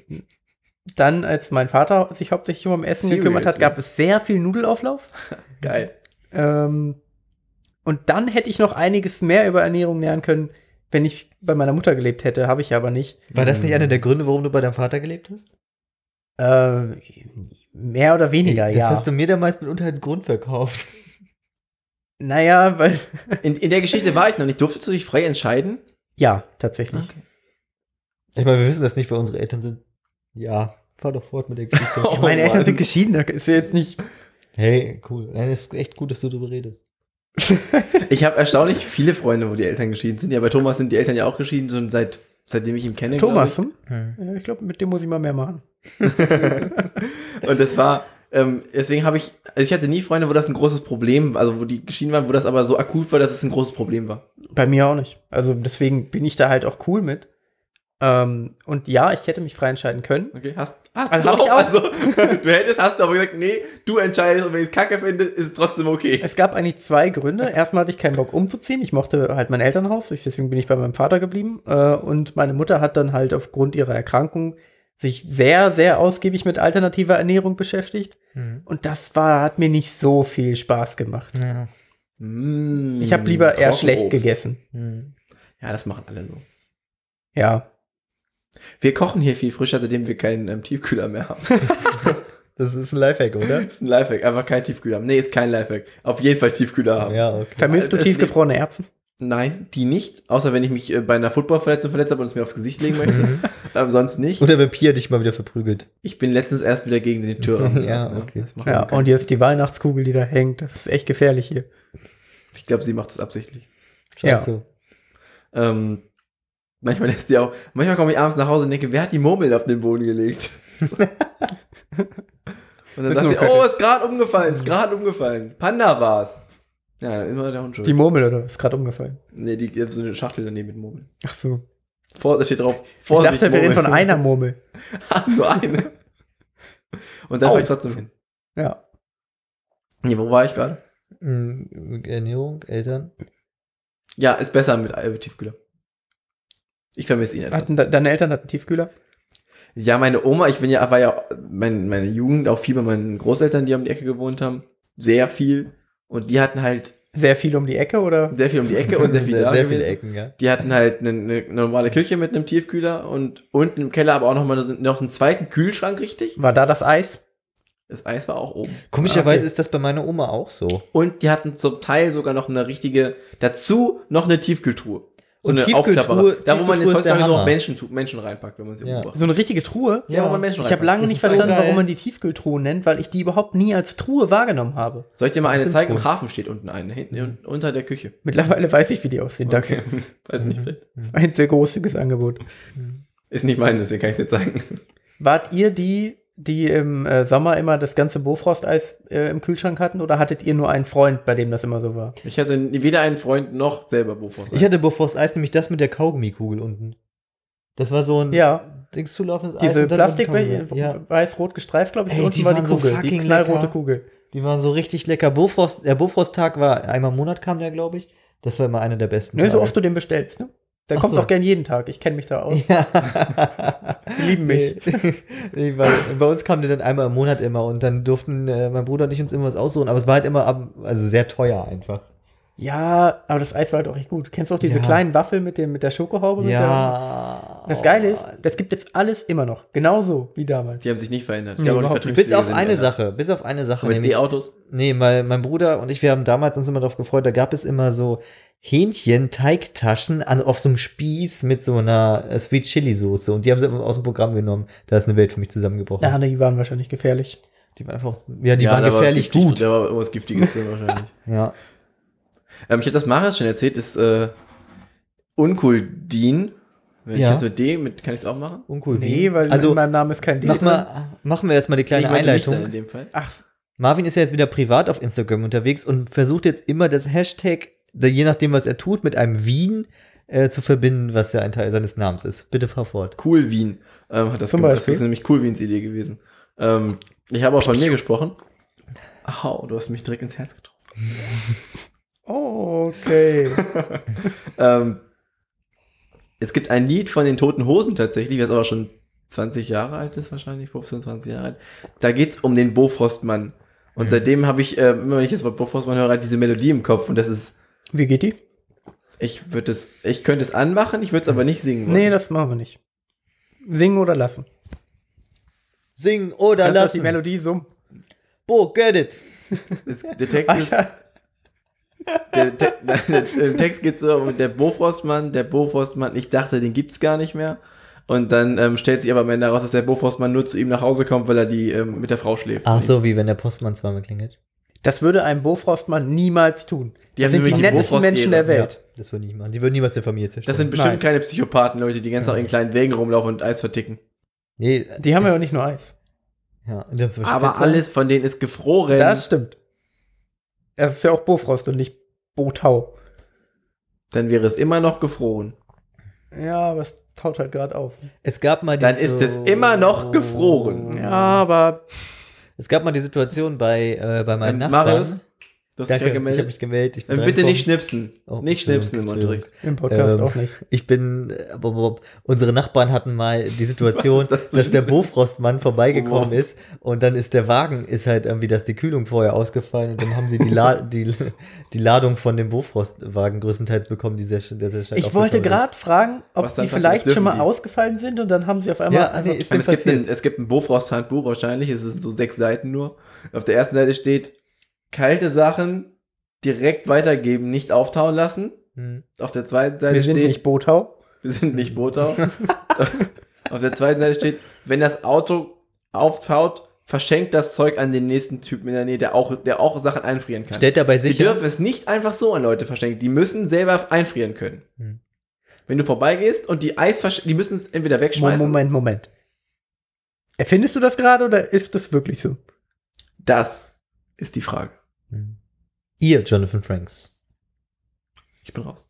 dann, als mein Vater sich hauptsächlich um Essen
Serious,
gekümmert hat,
ja.
gab es sehr viel Nudelauflauf.
Geil.
Ähm, und dann hätte ich noch einiges mehr über Ernährung lernen können, wenn ich bei meiner Mutter gelebt hätte. Habe ich aber nicht.
War das nicht einer der Gründe, warum du bei deinem Vater gelebt hast?
Ähm, mehr oder weniger,
das
ja.
hast du mir damals mit Unterhaltsgrund verkauft.
naja, weil.
In, in der Geschichte war ich noch nicht. Durftest du dich frei entscheiden?
Ja, tatsächlich.
Ich meine, wir wissen das nicht, weil unsere Eltern sind. Ja, fahr doch fort mit der Geschichte.
Oh,
meine Eltern
Mann.
sind geschieden, da ist ja jetzt nicht.
Hey, cool. Nein, es ist echt gut, dass du darüber redest.
Ich habe erstaunlich viele Freunde, wo die Eltern geschieden sind. Ja, bei Thomas sind die Eltern ja auch geschieden, schon seit, seitdem ich ihn kenne. glaub
Thomas, hm?
Hm.
Ja, ich glaube, mit dem muss ich mal mehr machen.
Ich. Und das war, Ähm, deswegen habe ich, also ich hatte nie Freunde, wo das ein großes Problem, also wo die geschieden waren, wo das aber so akut war, dass es ein großes Problem war.
Bei mir auch nicht. Also deswegen bin ich da halt auch cool mit. Ähm, und ja, ich hätte mich frei entscheiden können.
Okay, hast, hast
Also
du
hab ich auch.
Also, du hättest, hast du aber gesagt, nee, du entscheidest und wenn ich es kacke finde, ist es trotzdem okay.
Es gab eigentlich zwei Gründe. Erstmal hatte ich keinen Bock umzuziehen. Ich mochte halt mein Elternhaus, ich- deswegen bin ich bei meinem Vater geblieben. Äh, Und meine Mutter hat dann halt aufgrund ihrer Erkrankung sich sehr, sehr ausgiebig mit alternativer Ernährung beschäftigt.
Mhm.
Und das war, hat mir nicht so viel Spaß gemacht.
Ja.
Ich
Hm,
habe lieber eher schlecht gegessen.
Mhm.
Ja, das machen alle so.
Ja.
Wir kochen hier viel frischer, seitdem wir keinen ähm, Tiefkühler mehr haben.
Das ist ein Lifehack, oder?
Das ist ein Lifehack, einfach kein Tiefkühler haben. Nee, ist kein Lifehack. Auf jeden Fall Tiefkühler haben.
Ja, okay.
Vermisst du
Es-
tiefgefrorene Erbsen?
Nein, die nicht. Außer wenn ich mich äh, bei einer Footballverletzung verletzt habe und es mir aufs Gesicht legen möchte. Aber sonst nicht.
Oder wenn Pia dich mal wieder verprügelt.
Ich bin letztens erst wieder gegen den Türrahmen.
Ja,
gelaufen,
okay.
ne? Das macht
Ja,
man keinen-
und jetzt die Weihnachtskugel, die da hängt. Das ist echt gefährlich hier.
Ich glaube, sie macht es absichtlich.
Scheint
Ja.
so.
Ähm, manchmal lässt sie auch, manchmal komme ich abends nach Hause und denke, wer hat die Murmel auf den Boden gelegt? und dann
Ist
sagt
nur
sie,
Kacke.
oh, ist gerade umgefallen, ist gerade umgefallen. Panda war's. Ja, immer der Hund
Die
schon.
Murmel, oder? Ist gerade umgefallen.
Nee, die die hat so eine Schachtel daneben mit Murmeln.
Ach so.
Vor, da steht drauf,
Ich
Vorsicht,
dachte, wir reden von
Murmeln.
einer Murmel.
Nur eine. Und dann
Au.
fahre ich trotzdem hin.
Ja.
Nee, wo war ich gerade?
Mhm, Ernährung, Eltern.
Ja, ist besser mit Al- Tiefkühler. Ich vermisse ihn etwas.
Hatten de deine Eltern hatten Tiefkühler?
Ja, meine Oma, ich bin ja, war ja mein, meine Jugend auch viel bei meinen Großeltern, die um die Ecke gewohnt haben. Sehr viel. Und die hatten halt
Sehr viel um die Ecke, oder?
sehr viel um die Ecke und sehr viel da
sehr viele
gewesen.
Ecken, ja.
Die hatten halt eine, eine normale Küche mit einem Tiefkühler und unten im Keller aber auch nochmal so- noch einen zweiten Kühlschrank, richtig?
War da das Eis?
Das Eis war auch oben.
Komischerweise
Ah, okay.
ist das bei meiner Oma auch so.
Und die hatten zum Teil sogar noch eine richtige, dazu noch eine Tiefkühltruhe. So
Und
eine
Tiefkühltruhe-
Aufklappere. Da, wo man
Tiefkühltruhe
jetzt
ist der
heutzutage nur noch
Hammer.
Menschen, Menschen reinpackt, wenn man sie
Ja.
umbracht.
So eine richtige Truhe?
Ja, wo man Menschen
Ich habe lange
reinpackt.
nicht
Das ist so
verstanden,
geil.
warum man die Tiefkühltruhen nennt, weil ich die überhaupt nie als Truhe wahrgenommen habe.
Soll ich dir mal
Das
eine
sind Mhm.
zeigen? Im
Truhen.
Hafen steht unten eine, hinten un- unter der Küche.
Mittlerweile weiß ich, wie die aussehen. Danke.
Weiß nicht. vielleicht-
Ein sehr großzügiges Angebot.
Ist nicht meine, deswegen kann ich es jetzt sagen.
Wart ihr die, die im äh, Sommer immer das ganze Bofrosteis äh, im Kühlschrank hatten oder hattet ihr nur einen Freund, bei dem das immer so war?
Ich hatte nie- weder einen Freund noch selber Bofors.
Ich hatte bevor das Eis nämlich das mit der Kaugummikugel unten. Das war so ein
Ja,
Dings zulaufendes Eis.
diese
und dann
Plastik,
unten Kaugummi. ja.
weiß-rot gestreift, glaube ich,
Ey,
und unten
die
war die
waren so
Kugel, die
fucking
knallrote
lecker.
Kugel.
Die waren so richtig lecker. Bofrost, der Bofrost-Tag war einmal im Monat kam der, glaube ich. Das war immer einer der besten.
Ne, so
Tage.
oft du den bestellst, ne? Der
Ach
kommt
so.
auch gern jeden Tag. Ich kenne mich da aus.
Ja.
Die lieben mich.
Nee. nee, weil bei uns kam der dann einmal im Monat immer und dann durften äh, mein Bruder und ich uns immer was aussuchen, aber es war halt immer ab, also sehr teuer einfach.
Ja, aber das Eis war halt auch echt gut. Kennst du auch diese
Ja.
kleinen Waffeln mit, dem, mit der Schokohaube? Mit der- das Geile ist, das gibt jetzt alles immer noch. Genauso wie damals.
Die haben sich nicht verändert. Ich
Nee,
glaube, die
überhaupt
Vertriebswege
Bis auf
sind
eine
anders.
Sache, bis auf eine Sache.
Aber jetzt die Autos.
nee, weil mein Bruder und ich, wir haben damals uns immer darauf gefreut, da gab es immer so Hähnchen-Teigtaschen an, auf so einem Spieß mit so einer äh, Sweet Chili-Soße und die haben sie einfach aus dem Programm genommen. Da ist eine Welt für mich zusammengebrochen.
Ja, die waren wahrscheinlich gefährlich.
Die waren einfach, aus- ja, die
Ja,
waren
da war was
gefährlich
giftig-
gut.
Da war irgendwas Giftiges drin wahrscheinlich.
Ja.
Ähm, ich habe das Maris schon erzählt, ist äh, uncool Dean. Wenn
Ja.
ich jetzt mit D, mit, kann ich es auch machen?
Uncool.
Nee, weil
also,
in meinem Namen ist kein D.
Mach mal, machen wir erstmal die kleine
ich meinte mich dann in
Einleitung.
dem Fall.
Ach,
Marvin ist ja jetzt wieder privat auf Instagram unterwegs und versucht jetzt immer das Hashtag, da- je nachdem, was er tut, mit einem Wien äh, zu verbinden, was ja ein Teil seines Namens ist. Bitte fahr fort.
Cool Wien ähm, hat das
Zum
gemacht.
Beispiel.
Das ist nämlich Cool Wiens Idee gewesen. Ähm, ich habe auch von mir gesprochen. Au, du hast mich direkt ins Herz getroffen.
oh, okay.
Ähm, es gibt ein Lied von den Toten Hosen tatsächlich, das aber schon 20 Jahre alt ist wahrscheinlich, 15, 20 Jahre alt. Da geht's um den Bofrostmann. Und seitdem habe ich, äh, immer wenn ich das Wort Bofrostmann höre, halt diese Melodie im Kopf. Und das ist,
Wie geht die?
ich würde es, ich könnte es anmachen, ich würde es aber nicht singen wollen.
Nee, das machen wir nicht. Singen oder lassen.
Singen oder
Kannst du die
lassen.
Melodie summen.
Bo, get it.
Es- der
Ah,
Ah,
Text ist, der, Te nein, der, im Text geht's so um der Bofrostmann, der Bofrostmann, ich dachte, den gibt's gar nicht mehr. Und dann ähm, stellt sich aber am Ende heraus, dass der Bofrostmann nur zu ihm nach Hause kommt, weil er die ähm, mit der Frau schläft.
Ach so, wie wenn der Postmann zweimal klingelt.
Das würde ein Bofrostmann niemals tun.
Die
Das
haben
sind die
nämlich die
nettesten Menschen der
Bofrost-Ehre,
Welt.
Ja, das würde ich nicht machen. Die würden niemals der Familie zerstören.
Das sind bestimmt
Nein.
keine Psychopathen, Leute, die die ganze Zeit in kleinen Wägen rumlaufen und Eis verticken.
nee,
Die haben ja auch nicht nur Eis.
Ja, die haben zum Beispiel
Aber
Pizza.
alles von denen ist
Ähm.
gefroren.
Das stimmt. Es ist ja auch Bofrost und nicht Botau.
dann wäre es immer noch gefroren.
Ja, aber es taut halt gerade auf.
Es gab mal die
Dann ist es immer noch gefroren.
Ja, aber
Es gab mal die Situation bei, äh, bei meinem
Ähm,
Nachbarn.
Marius, du hast dich ja
Danke, ich habe
gemeldet.
mich gemeldet. Ich bin
Dann bitte
reingekommen.
nicht schnipsen.
Oh,
nicht schnipsen im
Entschuldigung,
Unterricht.
im Podcast
Ähm,
auch nicht.
Ich bin, äh, aber- aber- unsere Nachbarn hatten mal die Situation,
Was ist das
dass der
denn?
Bofrostmann vorbeigekommen
Wow.
ist und dann ist der Wagen, ist halt irgendwie, dass die Kühlung vorher ausgefallen und dann haben sie die, La die, die Ladung von dem Bofrostwagen größtenteils bekommen, die sehr, sch- der sehr stark
Ich wollte
aufgekommen ist.
gerade fragen, ob
Was dann
die
passiert,
vielleicht
dürfen
schon mal
die?
ausgefallen sind und dann haben sie auf einmal.
Ja, ah, nee, ist
Ähm,
denn
Es gibt,
passiert?
ein, es gibt ein Bofrost-Handbuch wahrscheinlich, es sind so sechs Seiten nur. Auf der ersten Seite steht, kalte Sachen direkt weitergeben, nicht auftauen lassen.
Hm.
Auf der zweiten Seite
wir sind
steht,
nicht Botau.
wir sind nicht Botau. auf der zweiten Seite steht, wenn das Auto auftaut, verschenkt das Zeug an den nächsten Typen in der Nähe, der auch, der auch Sachen einfrieren kann.
Stellt dabei
Sie
sicher,
dürfen es nicht einfach so an Leute verschenken. Die müssen selber einfrieren können.
Hm.
Wenn du vorbeigehst und die Eis versch- die müssen es entweder wegschmeißen.
Moment, Moment. Erfindest du das gerade oder ist das wirklich so?
Das ist die Frage.
Hm. ihr, Jonathan Franks,
Ich bin raus.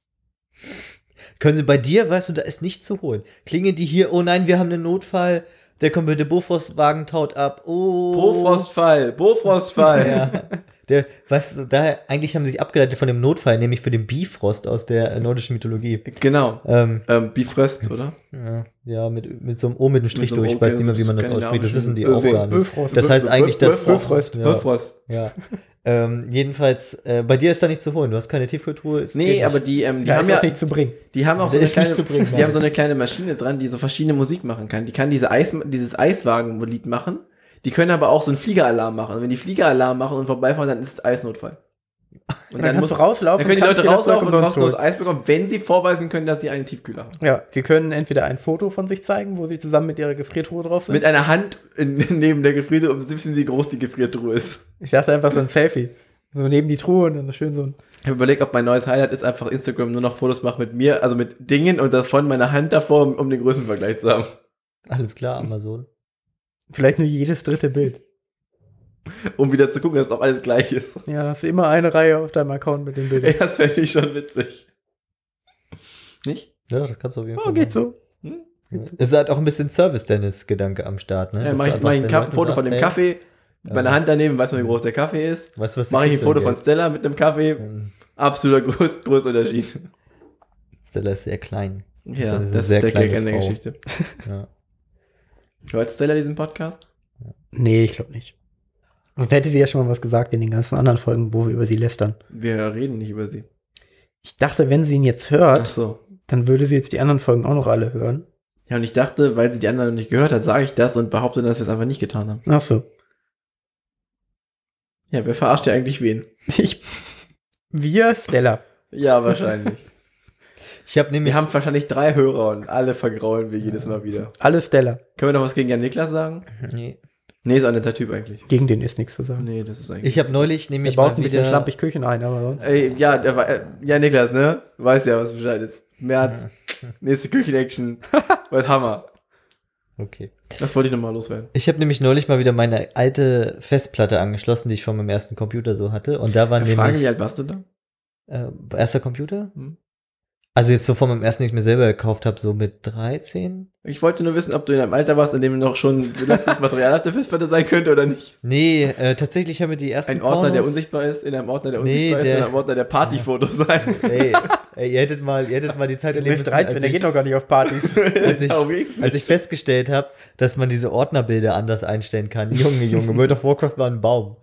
Können Sie bei dir, weißt du, da ist nichts zu holen. Klingeln die hier, oh nein, wir haben einen Notfall, der komplette Bofrostwagen taut ab. Oh.
Bofrostfall, Bofrostfall.
Ja. Der, weißt du, daher, eigentlich haben sie sich abgeleitet von dem Notfall, nämlich für den Bifrost aus der äh, nordischen Mythologie.
Genau.
Ähm,
Ähm, Bifröst, oder?
ja, ja, mit, mit so einem O mit einem Strich
Mit so einem
durch.
O,
Ich weiß
ja,
nicht mehr, wie man das
keine
ausspricht. Das
Namen.
wissen die
Ö,
auch
wegen
gar nicht.
Ölfrost.
Das heißt eigentlich, dass.
Bifrost.
Ja,
Bifrost.
ja. Ähm, jedenfalls, äh, bei dir ist da nichts zu holen. Du hast keine Tiefkultur. es geht
Nee,
nicht.
aber die, ähm, die
ja,
haben
ist auch
ja,
nicht zu bringen.
die haben auch so eine,
Der ist nicht
kleine,
zu bringen,
die
nein.
haben so eine kleine Maschine dran, die so verschiedene Musik machen kann. Die kann diese Eis, dieses Eiswagenlied machen. Die können aber auch so einen Fliegeralarm machen. Und wenn die Fliegeralarm machen und vorbeifahren, dann ist es Eisnotfall. Und
Und dann, kannst du
Dann
rauslaufen.
können die
kannst
Leute
dir das Zeug
rauslaufen und
umsonst
kostenlos
holen.
Eis bekommen, wenn sie vorweisen können, dass sie einen Tiefkühler haben.
Ja, sie können entweder ein Foto von sich zeigen, wo sie zusammen mit ihrer Gefriertruhe drauf sind.
Mit einer Hand in, neben der Gefriertruhe, um zu wissen, wie groß die Gefriertruhe ist.
ich dachte einfach so ein Selfie. So neben die Truhe und dann so schön so ein.
Ich habe überlegt, ob mein neues Highlight ist, einfach Instagram nur noch Fotos machen mit mir, also mit Dingen und davon meine Hand davor, um, um den Größenvergleich zu haben.
Alles klar, Amazon.
Vielleicht nur jedes dritte Bild.
Um wieder zu gucken, dass auch alles gleich ist.
Ja, hast du immer eine Reihe auf deinem Account mit den
Ey,
Bildern.
das fände ich schon witzig. Nicht?
Ja, das kannst du auf jeden
Oh,
Fall.
geht so.
machen. Es hat halt auch ein bisschen Service-Dennis-Gedanke am Start. Ne?
Ja,
Dass
mach
du
ich,
einfach
mach ich ein
den
Ka-
Leuten
Foto von
sagst,
dem
ey,
Kaffee, mit
ja.
meiner Hand daneben, weiß man, wie groß der Kaffee ist.
Weißt du, was du
Mache ich ein
kriegst,
Foto
wenn
von
du
Stella mit einem Kaffee.
jetzt-
Absoluter Groß Großunterschied.
Stella ist sehr klein. ist
Ja,
eine
das
sehr
ist der
kleine
Gag an der
Frau.
Geschichte.
Ja.
Hört Stella diesen Podcast?
Nee, ich glaube nicht. Sonst hätte sie ja schon mal was gesagt in den ganzen anderen Folgen, wo wir über sie lästern.
Wir reden nicht über sie.
Ich dachte, wenn sie ihn jetzt
Ach
hört,
so.
dann würde sie jetzt die anderen Folgen auch noch alle hören.
Ja, und ich dachte, weil sie die anderen noch nicht gehört hat, sage ich das und behaupte, dass wir es einfach nicht getan haben.
Ach so.
Ja, wer verarscht ja eigentlich wen?
Ich, wir, Stella.
Ja, wahrscheinlich.
Ich habe nämlich.
wir haben wahrscheinlich drei Hörer und alle vergraulen wir jedes Mal wieder.
Alle Stella.
Können wir noch was gegen Jan Niklas sagen?
nee.
Nee, ist auch ein netter Typ eigentlich. Oh,
Gegen den ist nichts zu sagen.
Nee, das ist eigentlich.
Ich habe neulich nämlich
Wir baut
mal
ein bisschen
wieder-
schlampig Küchen ein, aber sonst.
Ey, ja, der war, äh, Jan Niklas, ne? Weiß ja, was Bescheid ist. März, nächste Küchenaction. Wird Hammer.
Okay.
Das wollte ich nochmal loswerden.
Ich habe nämlich neulich mal wieder meine alte Festplatte angeschlossen, die ich von meinem ersten Computer so hatte. Und da war nämlich
Frage, wie alt warst du da?
äh, erster Computer.
halt- Hm.
Also jetzt so von meinem ersten, den ich mir selber gekauft habe, so mit 13.
Ich wollte nur wissen, ob du in einem Alter warst, in dem noch schon belastendes Material auf der Festplatte sein könnte oder nicht.
Nee, äh, tatsächlich haben wir die ersten.
Ein Ordner, der
Pornos-
unsichtbar ist, in einem Ordner, der
Nee,
unsichtbar ist, in
der-
einem Ordner, der Partyfotos sein.
Ey, ey, ihr hättet mal, ihr hättet mal die Zeit erleben müssen,
also
als ich-
noch gar nicht auf Partys.
als ich,
Auf jeden Fall.
als ich festgestellt habe, dass man diese Ordnerbilder anders einstellen kann. Junge, Junge, World of Warcraft war ein Baum.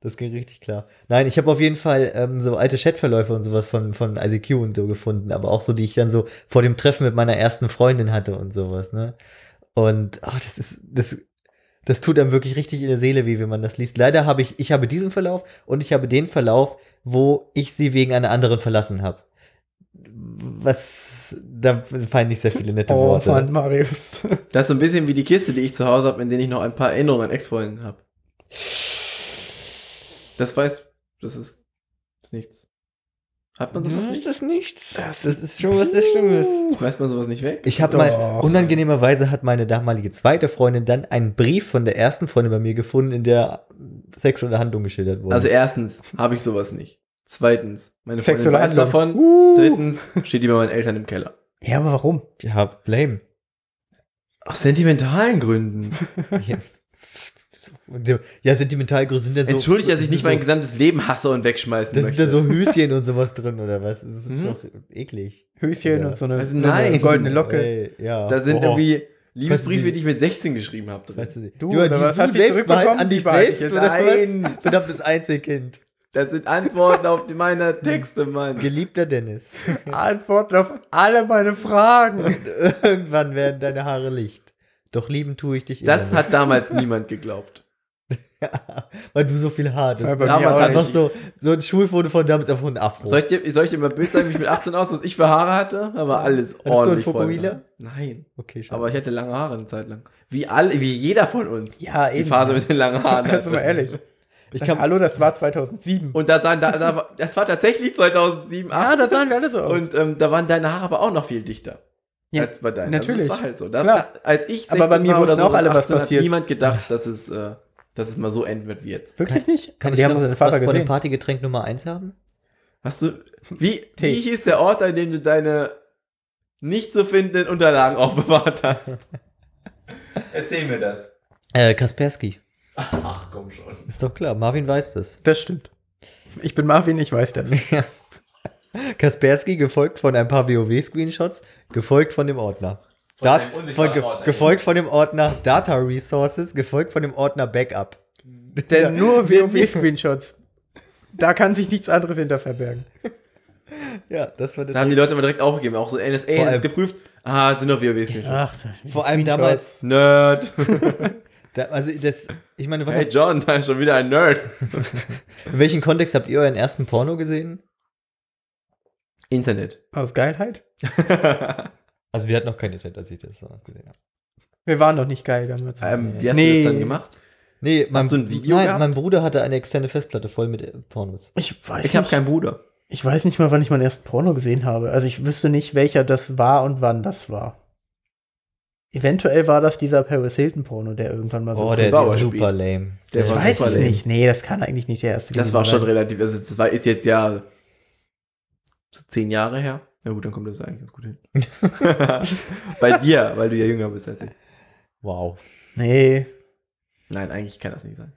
Das ging richtig klar. Nein, ich habe auf jeden Fall ähm, so alte Chatverläufe und sowas von, von ICQ und so gefunden, aber auch so, die ich dann so vor dem Treffen mit meiner ersten Freundin hatte und sowas, ne? Und ah, das ist, das, das tut einem wirklich richtig in der Seele weh, wenn man das liest. Leider habe ich, ich habe diesen Verlauf und ich habe den Verlauf, wo ich sie wegen einer anderen verlassen habe. Was, da fallen nicht sehr viele nette
Oh
Worte.
Mann, Marius.
Das ist so ein bisschen wie die Kiste, die ich zu Hause habe, in denen ich noch ein paar Erinnerungen an Ex-Freunden habe. Das weiß, das ist, ist nichts. Hat man
Ne?
sowas
Das
nicht?
ist nichts.
Das
Das ist schon was sehr Schlimmes.
Reißt man sowas nicht weg?
Ich habe mal, unangenehmerweise hat meine damalige zweite Freundin dann einen Brief von der ersten Freundin bei mir gefunden, in der sexuelle Handlung geschildert wurde.
Also erstens habe ich sowas nicht. Zweitens, meine Freundin
Sexuelle
weiß
Handlung. Uh.
davon.
Uh.
Drittens, steht die bei meinen Eltern im Keller.
Ja, aber warum?
ja, blame.
Aus sentimentalen Gründen.
Ja, ja sentimental sind da so.
Entschuldigt, dass ich
sind
nicht
so,
mein gesamtes Leben hasse und wegschmeißen
Da sind
möchte.
da so Höschen und sowas drin, oder was? Das ist
Mhm.
doch eklig.
Höschen
Ja.
und so eine,
Also
so eine
nein.
goldene Locke.
Ey, ja.
da sind
Boah.
irgendwie
Weißt du,
Liebesbriefe, die ich mit 16 geschrieben habe. drin.
Weißt du,
Du,
du, du
oder
die
was?
du
Hast du die
selbst behalten
zurückbekommen?
an dich
Die behalten
selbst
jetzt.
oder
Nein.
was? Verdammtes Einzelkind.
Das sind Antworten auf die- meine Texte, Mann.
Geliebter Dennis.
Antworten auf alle meine Fragen.
Irgendwann werden deine Haare licht. Doch lieben tue ich dich
Das
immer.
hat damals niemand geglaubt.
hat weil du so viel Haar
Ja,
hast.
bei mir
damals
auch
einfach
nicht.
so, so ein Schulfoto von damals einfach ein Afro.
Soll ich, dir, soll ich dir mal ein Bild zeigen, wie ich mit 18 aus, was ich für Haare hatte? Da war alles
du
ordentlich
einen
voll.
Fokuhila?
Nein,
okay, schade.
aber ich hatte lange Haare eine Zeit lang. Wie alle, wie jeder von uns.
Ja,
Die Phase mit den langen Haaren.
Also mal
hatte.
ehrlich.
ich
Kann,
kann,
Hallo, das war 2007.
Und da sahen, da, da, war- das war tatsächlich 2007, 8.
ah, da sahen wir alle so aus.
Und ähm, da waren deine Haare aber auch noch viel dichter.
Ja,
als bei deinen.
natürlich.
Also das war halt so. Da,
Klar.
da, als ich
Aber bei
16
mir
war oder
wussten
so
auch alle, was
18, hat
passiert.
niemand gedacht, dass es, äh, dass es mal so endet wie jetzt.
Wirklich nicht?
kann ich
wir haben
noch
unseren
was
Vater
von dem
gesehen.
Partygetränk Nummer 1 haben?
Hast du. Wie, wie hieß der Ort, an dem du deine nicht zu findenden Unterlagen aufbewahrt hast? Erzähl mir das.
Äh, Kaspersky.
Ach komm schon.
Ist doch klar, Marvin weiß das.
Das stimmt. Ich bin Marvin, ich weiß das.
Kaspersky gefolgt von ein paar WoW-Screenshots, gefolgt von dem Ordner. Dat-
einem unsichtbaren
von, ge
Ordner.
gefolgt von dem Ordner Data Resources, gefolgt von dem Ordner Backup.
Denn nur WoW-Screenshots. Da kann sich nichts anderes hinter verbergen.
Ja, das war das.
Da haben die Leute immer direkt aufgegeben, auch so NSA
Vor
hat
allem-
es geprüft. Ah, es sind doch wir wesentlich.
Ach,
vor allem damals,
Nerd.
da, also das, ich meine, wann
Hey John, da ist schon wieder ein Nerd.
in welchem Kontext habt ihr euren ersten Porno gesehen?
Internet.
Aus Geilheit?
Also wir hatten noch kein Internet, als ich das damals gesehen habe.
Wir waren doch nicht geil damals.
Ähm, wie hast
Nee.
du das dann gemacht?
Nee, mein,
du ein Video
nein,
gehabt?
mein Bruder hatte eine externe Festplatte voll mit äh, Pornos.
ich weiß
Ich habe keinen Bruder.
Ich weiß nicht mal, wann ich meinen ersten Porno gesehen habe. Also ich wüsste nicht, welcher das war und wann das war. Eventuell war das dieser Paris Hilton Porno, der irgendwann mal
Oh, der
das war aber
ist super
spät.
lame.
Der
ich
war
weiß
super
es
lame.
nicht. Nee, das kann eigentlich nicht der erste
Das
gewesen
war schon
sein.
relativ, also das war, ist jetzt ja so zehn Jahre her. Na gut, dann kommt das eigentlich ganz gut hin. Bei dir, weil du ja jünger bist als ich.
Wow.
Nee,
Nein, eigentlich kann das nicht sein.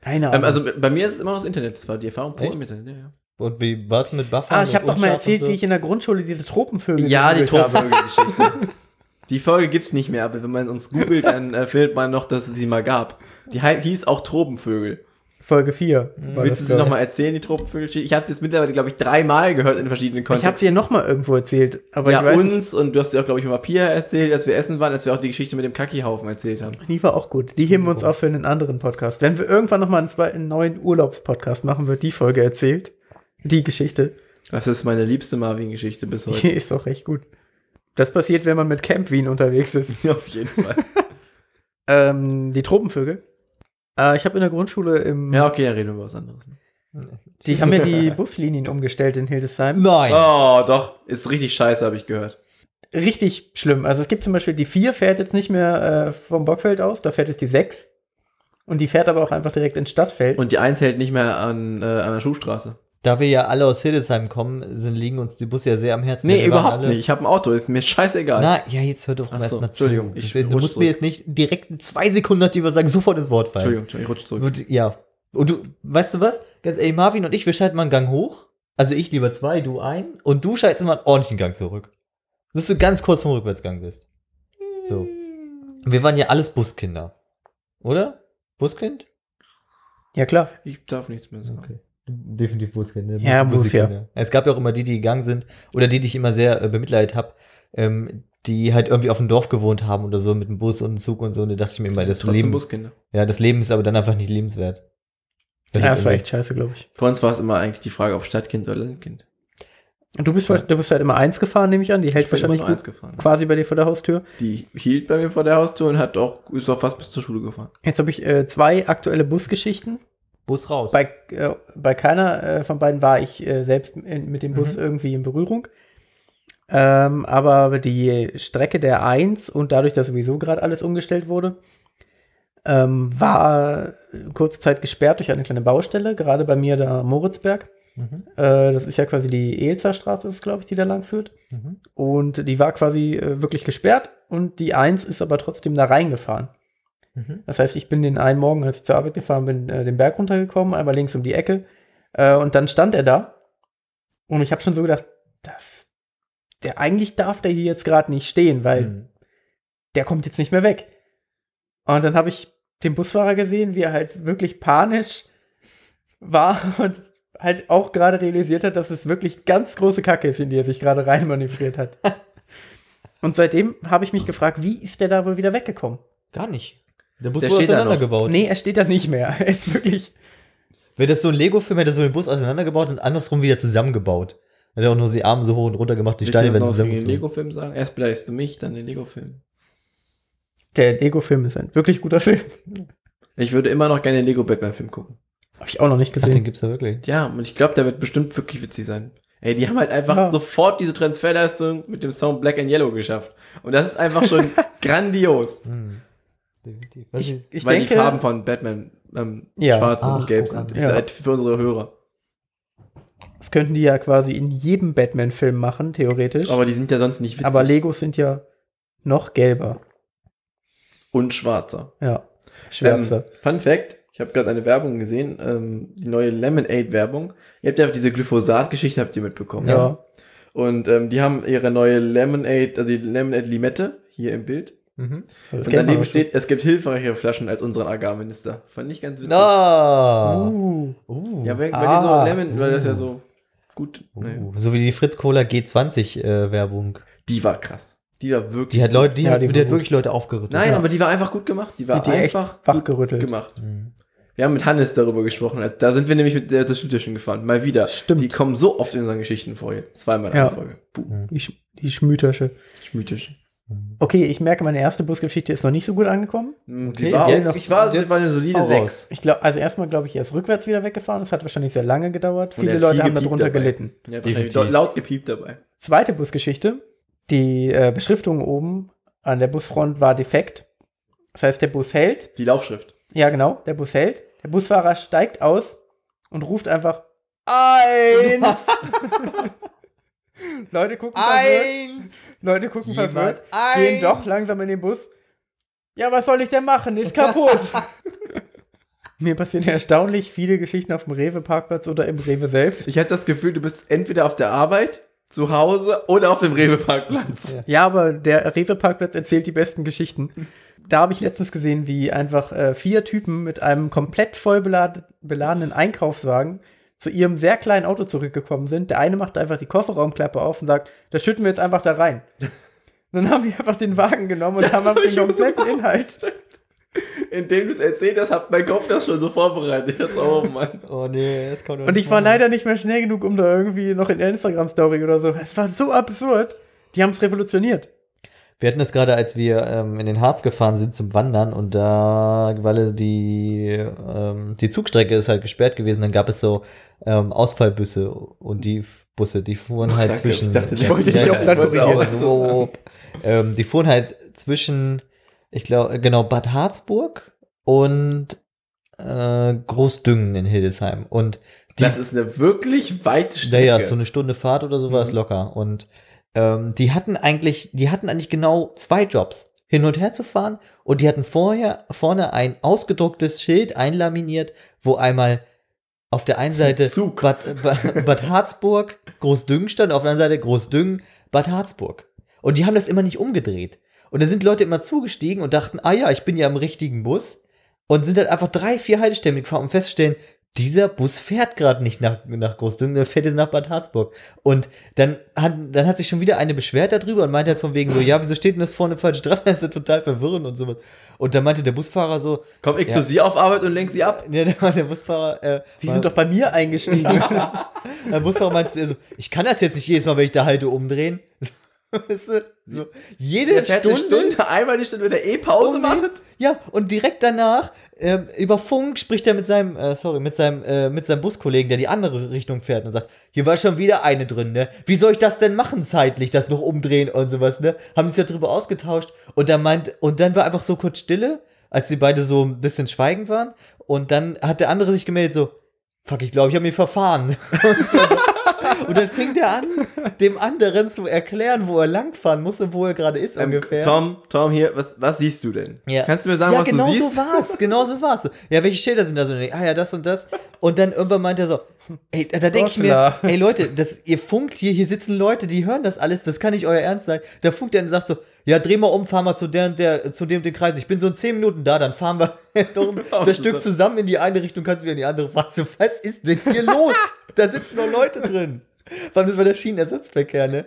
keine Ahnung.
Ähm, also bei mir ist es immer noch das Internet. Das war die Erfahrung
Echt?
pur im Internet. Ja,
Und wie war's mit Buffern?
ah, ich habe
und
doch mal
Unscharf und
erzählt,
so?
wie ich in der Grundschule diese Tropenvögel
ja. ja die
gegoogelt habe.
Tropenvögel-Geschichte. die Folge gibt's nicht mehr, aber wenn man uns googelt, dann äh, findet man noch, dass es sie mal gab. Die hei- hieß auch Tropenvögel.
Folge 4.
Mhm. Willst du sie nochmal erzählen, die Tropenvögel-Geschichte? Ich habe es jetzt mittlerweile, glaube ich, dreimal gehört in verschiedenen
Ich habe
Kontexten.
sie noch mal irgendwo erzählt, aber
ja,
ich weiß
uns und du hast ja auch, glaube ich, mal Pia erzählt, als wir essen waren, als wir auch die Geschichte mit dem Kackihaufen erzählt haben.
nicht. Die war auch gut. Die heben wir uns auf für einen anderen Podcast. Wenn wir irgendwann noch mal einen, zweiten, einen neuen Urlaubspodcast machen, wird die Folge erzählt. Die Geschichte.
Das ist meine liebste Marvin-Geschichte bis
Die
heute.
ist doch recht gut. Das passiert, wenn man mit Camp Wien unterwegs ist.
Auf jeden Fall.
Ähm, die Tropenvögel. Äh, ich habe in der Grundschule im.
Ja, okay, dann reden wir über was anderes.
Die haben ja die Buslinien umgestellt in Hildesheim.
Nein.
Oh, doch. Ist richtig scheiße, habe ich gehört.
Richtig schlimm. Also es gibt zum Beispiel die 4 fährt jetzt nicht mehr äh, vom Bockfeld aus, da fährt jetzt die 6. Und die fährt aber auch einfach direkt ins Stadtfeld.
Und die Eins hält nicht mehr an, äh, an der Schuhstraße.
Da wir ja alle aus Hildesheim kommen, sind, liegen uns die Busse ja sehr am Herzen.
Nee,
Wir waren
überhaupt
alle-
nicht. Ich habe ein Auto. Ist mir scheißegal.
Na, ja, jetzt hör doch
Ach
mal
so,
erstmal zu.
Entschuldigung,
Das
ich
ist- du
rutsch
musst mir
zurück.
jetzt nicht direkt in zwei Sekunden, nachdem wir sagen, sofort ins Wort fallen.
Entschuldigung, Entschuldigung, ich rutsche zurück.
Und, ja. Und du, weißt du was? Ganz ehrlich, Marvin und ich, wir schalten mal einen Gang hoch. Also ich lieber zwei, du ein. Und du schaltest immer einen ordentlichen Gang zurück. Dass du ganz kurz vom Rückwärtsgang bist. So. Und Wir waren ja alles Buskinder. Oder? Buskind?
ja, klar.
Ich darf nichts mehr sagen.
Okay. Definitiv Buskinder.
Ja,
Bus-
Bus, ja.
Buskinder. Es gab ja auch immer die, die gegangen sind oder die, die ich immer sehr äh, bemitleidet habe, ähm, die halt irgendwie auf dem Dorf gewohnt haben oder so mit dem Bus und dem Zug und so. Und da dachte ich mir immer, das
Trotzdem
Leben,
Buskinder.
ja, das Leben ist aber dann einfach nicht lebenswert.
Ja, das war echt scheiße, glaube ich.
Bei uns war es immer eigentlich die Frage, ob Stadtkind oder Landkind.
Und du bist, du bist halt immer eins gefahren, nehme ich an. Die hält
Ich bin immer
wahrscheinlich
nur eins
gut,
gefahren.
quasi bei dir vor der Haustür.
Die hielt bei mir vor der Haustür und hat auch, ist auch fast bis zur Schule gefahren.
Jetzt habe ich äh, zwei aktuelle Busgeschichten.
Bus raus.
Bei, äh, bei keiner äh, von beiden war ich äh, selbst in, mit dem Bus irgendwie in Berührung. Ähm, aber die Strecke der 1 und dadurch, dass sowieso gerade alles umgestellt wurde, ähm, war kurze Zeit gesperrt durch eine kleine Baustelle, gerade bei mir da Moritzberg.
Mhm.
Äh, das ist ja quasi die Elzer Straße, ist glaube ich, die da lang führt.
Mhm.
Und die war quasi äh, wirklich gesperrt und die 1 ist aber trotzdem da reingefahren.
Mhm.
Das heißt, ich bin den einen Morgen, als ich zur Arbeit gefahren bin, äh, den Berg runtergekommen, einmal links um die Ecke. Äh, und dann stand er da. Und ich habe schon so gedacht, das, der eigentlich darf der hier jetzt gerade nicht stehen, weil
Mhm.
der kommt jetzt nicht mehr weg. Und dann habe ich den Busfahrer gesehen, wie er halt wirklich panisch war und halt auch gerade realisiert hat, dass es wirklich ganz große Kacke ist, in die er sich gerade reinmanövriert hat. und seitdem habe ich mich gefragt, wie ist der da wohl wieder weggekommen?
Gar nicht. Der Bus
Der
wurde
steht da noch.
auseinandergebaut.
Nee, er steht da nicht mehr. Er ist wirklich.
Wäre das so ein Lego-Film, hätte er so den Bus auseinandergebaut und andersrum wieder zusammengebaut. Hätte er auch nur die Arme so hoch und runter gemacht, die
Ich
Steine
kann
werden
noch gegen den
zusammen.
Lego-Film sagen. Erst beleidigst du mich, dann den Lego-Film.
Der Lego-Film ist ein wirklich guter Film.
Ich würde immer noch gerne den Lego-Batman-Film gucken.
Habe ich auch noch nicht
Ach, den
gesehen.
gibt's ja wirklich.
Ja, und ich glaube, der wird bestimmt wirklich witzig sein. Ey, die haben halt einfach
Ja.
sofort diese Transferleistung mit dem Song Black and Yellow geschafft. Und das ist einfach schon grandios.
Hm. Definitiv. Was ich,
ich
weil
denke,
die Farben von Batman ähm,
Ja.
schwarz
Ach,
und gelb sind.
großartig.
Ich
Ja.
sag, halt für unsere Hörer.
das könnten die ja quasi in jedem Batman-Film machen, theoretisch. Aber,
Aber die sind ja sonst nicht witzig.
Legos sind ja noch gelber.
und schwarzer.
Ja. Schwärzer.
Ähm, Fun Fact, ich habe gerade eine Werbung gesehen, ähm, die neue Lemonade-Werbung. Ihr habt ja diese Glyphosat-Geschichte habt ihr mitbekommen. ne?
ja. Also
Und ähm, die haben ihre neue Lemonade, also die Lemonade-Limette hier im Bild.
mhm.
Das
Und
kennt man
daneben
doch schon.
steht, es gibt hilfreichere Flaschen als unseren Agrarminister. Fand ich ganz witzig.
Ah.
Uh.
Uh.
Ja, weil, weil
Ah.
die so Lemon, weil das ja so gut. Nee.
uh. So wie die Fritz Cola G20-Werbung.
Die war krass. Die war wirklich.
äh, die hat Leute, die,
Ja,
hat,
die
die,
war
hat
gut.
wirklich Leute aufgerüttelt.
Nein,
ja.
aber die war einfach gut gemacht. Die war
Hat die echt
einfach
wachgerüttelt.
gemacht.
Mhm.
Wir haben mit Hannes darüber gesprochen. Also, da sind wir nämlich mit der Tischentischen gefahren. Mal wieder.
Stimmt.
Die kommen so oft in unseren Geschichten vor jetzt. Zweimal in
Ja.
der Folge. Puh,
Die, Sch die Schmühtasche.
Schmütisch.
Okay, ich merke, meine erste Busgeschichte ist noch nicht so gut angekommen.
Hm, Die
Okay,
war,
jetzt-
ich war,
jetzt
sie war eine solide
hau raus.
6.
Ich glaube, also erstmal glaube ich, er ist rückwärts wieder weggefahren. Das hat wahrscheinlich sehr lange gedauert.
Und er
Viele
hat
Leute
viel
haben
gepiept
darunter
dabei.
gelitten.
Ja,
Definitiv.
wahrscheinlich laut gepiept dabei.
Zweite Busgeschichte. Die äh, Beschriftung oben an der Busfront war defekt. Das heißt, der Bus hält.
Die Laufschrift.
Ja, genau, der Bus hält. Der Busfahrer steigt aus und ruft einfach eins. Leute gucken verwirrt. Leute gucken verwirrt. Gehen doch langsam in den Bus. Ja, was soll ich denn machen? Ist kaputt. Mir passieren erstaunlich viele Geschichten auf dem Rewe-Parkplatz oder im Rewe selbst.
Ich hatte das Gefühl, du bist entweder auf der Arbeit, zu Hause oder auf dem Rewe-Parkplatz.
Ja, aber der Rewe-Parkplatz erzählt die besten Geschichten. Da habe ich letztens gesehen, wie einfach äh, vier Typen mit einem komplett voll belad beladenen Einkaufswagen zu ihrem sehr kleinen Auto zurückgekommen sind. Der eine macht einfach die Kofferraumklappe auf und sagt, das schütten wir jetzt einfach da rein. Und dann haben die einfach den Wagen genommen und haben
hab
einfach den
ich schon
kompletten Inhalt.
Indem du es erzählt hast, hat mein Kopf das schon so vorbereitet. Das, oh Mann.
Oh nee, jetzt kommt
Und ich war leider nicht mehr schnell genug, um da irgendwie noch in der Instagram-Story oder so. Es war so absurd. Die haben es revolutioniert.
Wir hatten das gerade, als wir ähm, in den Harz gefahren sind zum Wandern und da, weil die, ähm, die Zugstrecke ist halt gesperrt gewesen, dann gab es so ähm, Ausfallbüsse und die F- Busse, die fuhren halt
danke,
zwischen.
ich dachte, ich wollte
dich auch gerade
wollte auch
korrigieren.
so, ähm, Die fuhren halt zwischen, ich glaube, genau, Bad Harzburg und äh, Großdüngen in Hildesheim. Und die
das ist eine wirklich weite Strecke.
naja, so eine Stunde Fahrt oder so war es
Mhm.
locker. Und ähm, die hatten eigentlich, die hatten eigentlich genau zwei Jobs, hin und her zu fahren. Und die hatten vorher vorne ein ausgedrucktes Schild einlaminiert, wo einmal auf der einen Seite
Zug.
Bad, Bad, Bad Harzburg, Großdüngen stand, auf der anderen Seite Großdüngen, Bad Harzburg. Und die haben das immer nicht umgedreht. Und da sind Leute immer zugestiegen und dachten, ah ja, ich bin ja im richtigen Bus. Und sind dann einfach drei, vier Haltestellen gefahren, um festzustellen, dieser Bus fährt gerade nicht nach, nach Großdüngen, der fährt jetzt nach Bad Harzburg. Und dann hat, dann hat sich schon wieder eine beschwert darüber und meinte halt von wegen so, ja, wieso steht denn das vorne falsch dran? Das ist ja total verwirrend und sowas. Und dann meinte der Busfahrer so,
Komm ich
Ja.
zu sie auf Arbeit und lenk sie ab.
ja, der, der Busfahrer, äh,
Die
war-
sind doch bei mir eingestiegen.
der Busfahrer meinte zu ihr so, also, ich kann das jetzt nicht jedes Mal, wenn ich da halte, umdrehen. Weißt du, so, jede
Der fährt
Stunde,
eine Stunde, einmal die Stunde, wenn er eh Pause
umdrehen.
macht.
Ja, und direkt danach ähm, über Funk spricht er mit seinem, äh, sorry, mit seinem, äh, mit seinem Buskollegen, der die andere Richtung fährt und sagt, hier war schon wieder eine drin, ne? Wie soll ich das denn machen zeitlich, das noch umdrehen und sowas, ne? Haben sich darüber ausgetauscht und dann meint, und dann war einfach so kurz Stille, als die beide so ein bisschen schweigend waren und dann hat der andere sich gemeldet so, fuck, ich glaube, ich habe mich verfahren. und, so, und dann fing der an, dem anderen zu erklären, wo er langfahren muss und wo er gerade ist
Ähm,
ungefähr.
Tom, Tom hier, was, was siehst du denn?
Ja.
Kannst du mir sagen,
ja,
was
genau
du siehst?
so war's, genau so war's. Ja, welche Schilder sind da so? Ah ja, das und das. Und dann irgendwann meint er so, ey, da, da denke ich mir,
Ursula.
ey Leute, das, ihr funkt hier, hier sitzen Leute, die hören das alles, das kann nicht euer Ernst sein. Da funkt er und sagt so, ja, dreh mal um, fahr mal zu der und der, zu dem und den Kreis. Ich bin so in 10 Minuten da, dann fahren wir doch das Stück zusammen in die eine Richtung, kannst wieder in die andere fahren. So, was ist denn hier los? da sitzen nur Leute drin. Vor allem das war der Schienenersatzverkehr, ne?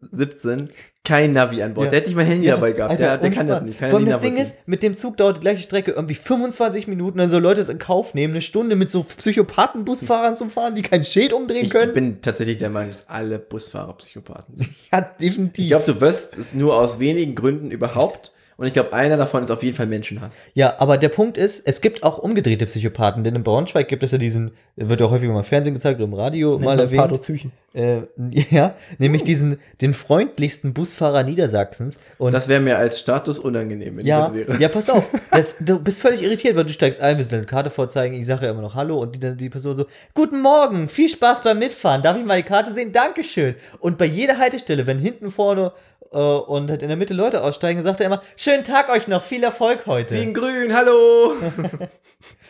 2017 kein Navi an Bord.
Ja.
Der hätte ich mein Handy dabei gehabt. der
Alter,
der
ohne
kann das
Spaß.
nicht. Kann
Vor
er
allem
nicht
das Ding ist,
nachvollziehen.
mit dem Zug dauert die gleiche Strecke irgendwie 25 Minuten, dann so Leute es in Kauf nehmen, eine Stunde mit so Psychopathen-Busfahrern zu fahren, die kein Schild umdrehen
ich
können.
bin tatsächlich der Meinung, dass alle Busfahrer Psychopathen sind.
ja, definitiv.
Ich glaube, du wirst es nur aus wenigen Gründen überhaupt. Und ich glaube, einer davon ist auf jeden Fall Menschenhass.
Ja, aber der Punkt ist, es gibt auch umgedrehte Psychopathen, denn in Braunschweig gibt es ja diesen, wird ja häufiger mal im Fernsehen gezeigt oder im Radio mal erwähnt.
Pathozüchen.
Äh, ja, nämlich diesen, den freundlichsten Busfahrer Niedersachsens. Und
Das wäre mir als Status unangenehm, wenn
Ja,
ich das wäre.
ja, pass auf. Das, du bist völlig irritiert, weil du steigst ein, willst deine Karte vorzeigen. Ich sage ja immer noch Hallo und die, die Person so: Guten Morgen, viel Spaß beim Mitfahren. Darf ich mal die Karte sehen? Dankeschön. Und bei jeder Haltestelle, wenn hinten vorne äh, und halt in der Mitte Leute aussteigen, sagt er immer: Schönen Tag euch noch, viel Erfolg heute.
Ziehen grün, hallo!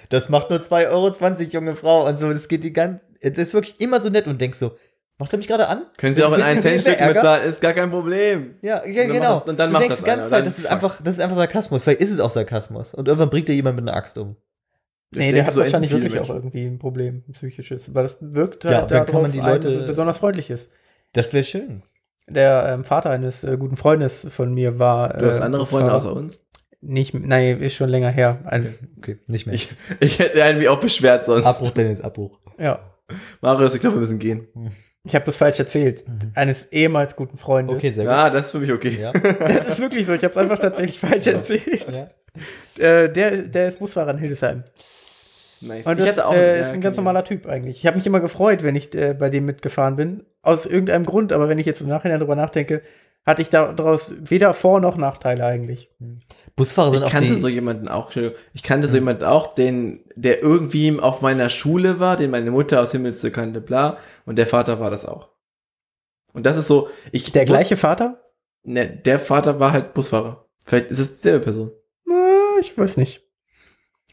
Das macht nur 2,20 Euro, junge Frau. Und so, das geht die ganz. Das ist wirklich immer so nett und denkst so: Macht er mich gerade an?
Können Sie auch in
Will- will-
ein
will- will- will-
Centstück
Ärger?
bezahlen, ist gar kein Problem.
Ja, ja
Und dann
genau.
macht das- und dann
du
macht
denkst
das
die ganze
einer,
Zeit,
dann
das ist,
fuck.
einfach, das ist einfach Sarkasmus. Vielleicht ist es auch Sarkasmus. Und irgendwann bringt dir jemand mit einer Axt um.
Nee,
denke,
der hat
so enden
wahrscheinlich
viele
wirklich auch
Menschen.
irgendwie ein Problem, ein psychisches. Weil das wirkt
Ja,
halt
dann kann man
darauf
die
ein, dass
Leute-
es besonders freundlich ist.
Das wäre schön.
Der ähm, Vater eines äh, guten Freundes von mir war.
Du hast
äh,
andere Freunde
Busfahrer.
außer uns?
Nicht, nein, ist schon länger her. Also,
Okay, nicht mehr.
Ich, ich hätte einen mich auch beschwert sonst.
Abbruch, Dennis, Abbruch.
ja.
Marius, ich glaube, wir müssen gehen.
Ich habe das falsch erzählt. Eines ehemals guten Freundes.
Mhm. Okay, sehr gut.
Ah, das ist für mich okay.
Ja.
Das ist wirklich so. Ich habe es einfach tatsächlich falsch erzählt.
Ja.
Äh, der, der ist Busfahrer in Hildesheim.
Nice.
Und
ich
das
hätte auch.
äh,
ja,
ist ein
kann
ganz
ich-
normaler Typ eigentlich. Ich habe mich immer gefreut, wenn ich äh, bei dem mitgefahren bin. Aus irgendeinem Grund, aber wenn ich jetzt im Nachhinein drüber nachdenke, hatte ich daraus weder Vor- noch Nachteile eigentlich.
Busfahrer sind
ich
auch
kannte
die,
so jemanden auch, Entschuldigung. ich kannte so jemanden auch, den, der irgendwie auf meiner Schule war, den meine Mutter aus Himmelszö kannte, bla, und der Vater war das auch. Und das ist so, ich.
Der
Bus-
gleiche Vater?
Ne, der Vater war halt Busfahrer. Vielleicht ist es dieselbe Person.
Äh, Ich weiß nicht.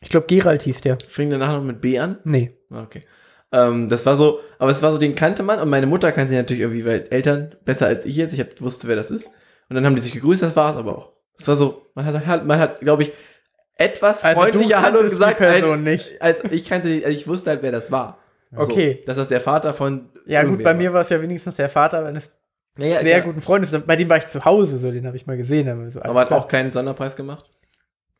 Ich glaube, Gerald hieß der.
Fing danach noch mit B an?
Nee.
Ah, Okay. Ähm, das war so, aber es war so, den kannte man und meine Mutter kannte ihn natürlich irgendwie, weil Eltern besser als ich jetzt, ich hab, wusste, wer das ist. Und dann haben die sich gegrüßt, das war's aber auch. Es war so, man hat, halt- man hat, glaube ich, etwas
Also
freundlicher Hallo gesagt, als,
Person nicht.
als ich kannte, die- also ich wusste halt, wer das war.
Okay.
So, dass das der Vater von.
Ja, gut,
irgendwer
bei mir war es ja wenigstens der Vater eines
war. Naja,
sehr
ja.
guten Freundes. Bei dem war ich zu Hause, so den habe ich mal gesehen. Aber, so,
Aber hat
klar.
auch keinen Sonderpreis gemacht.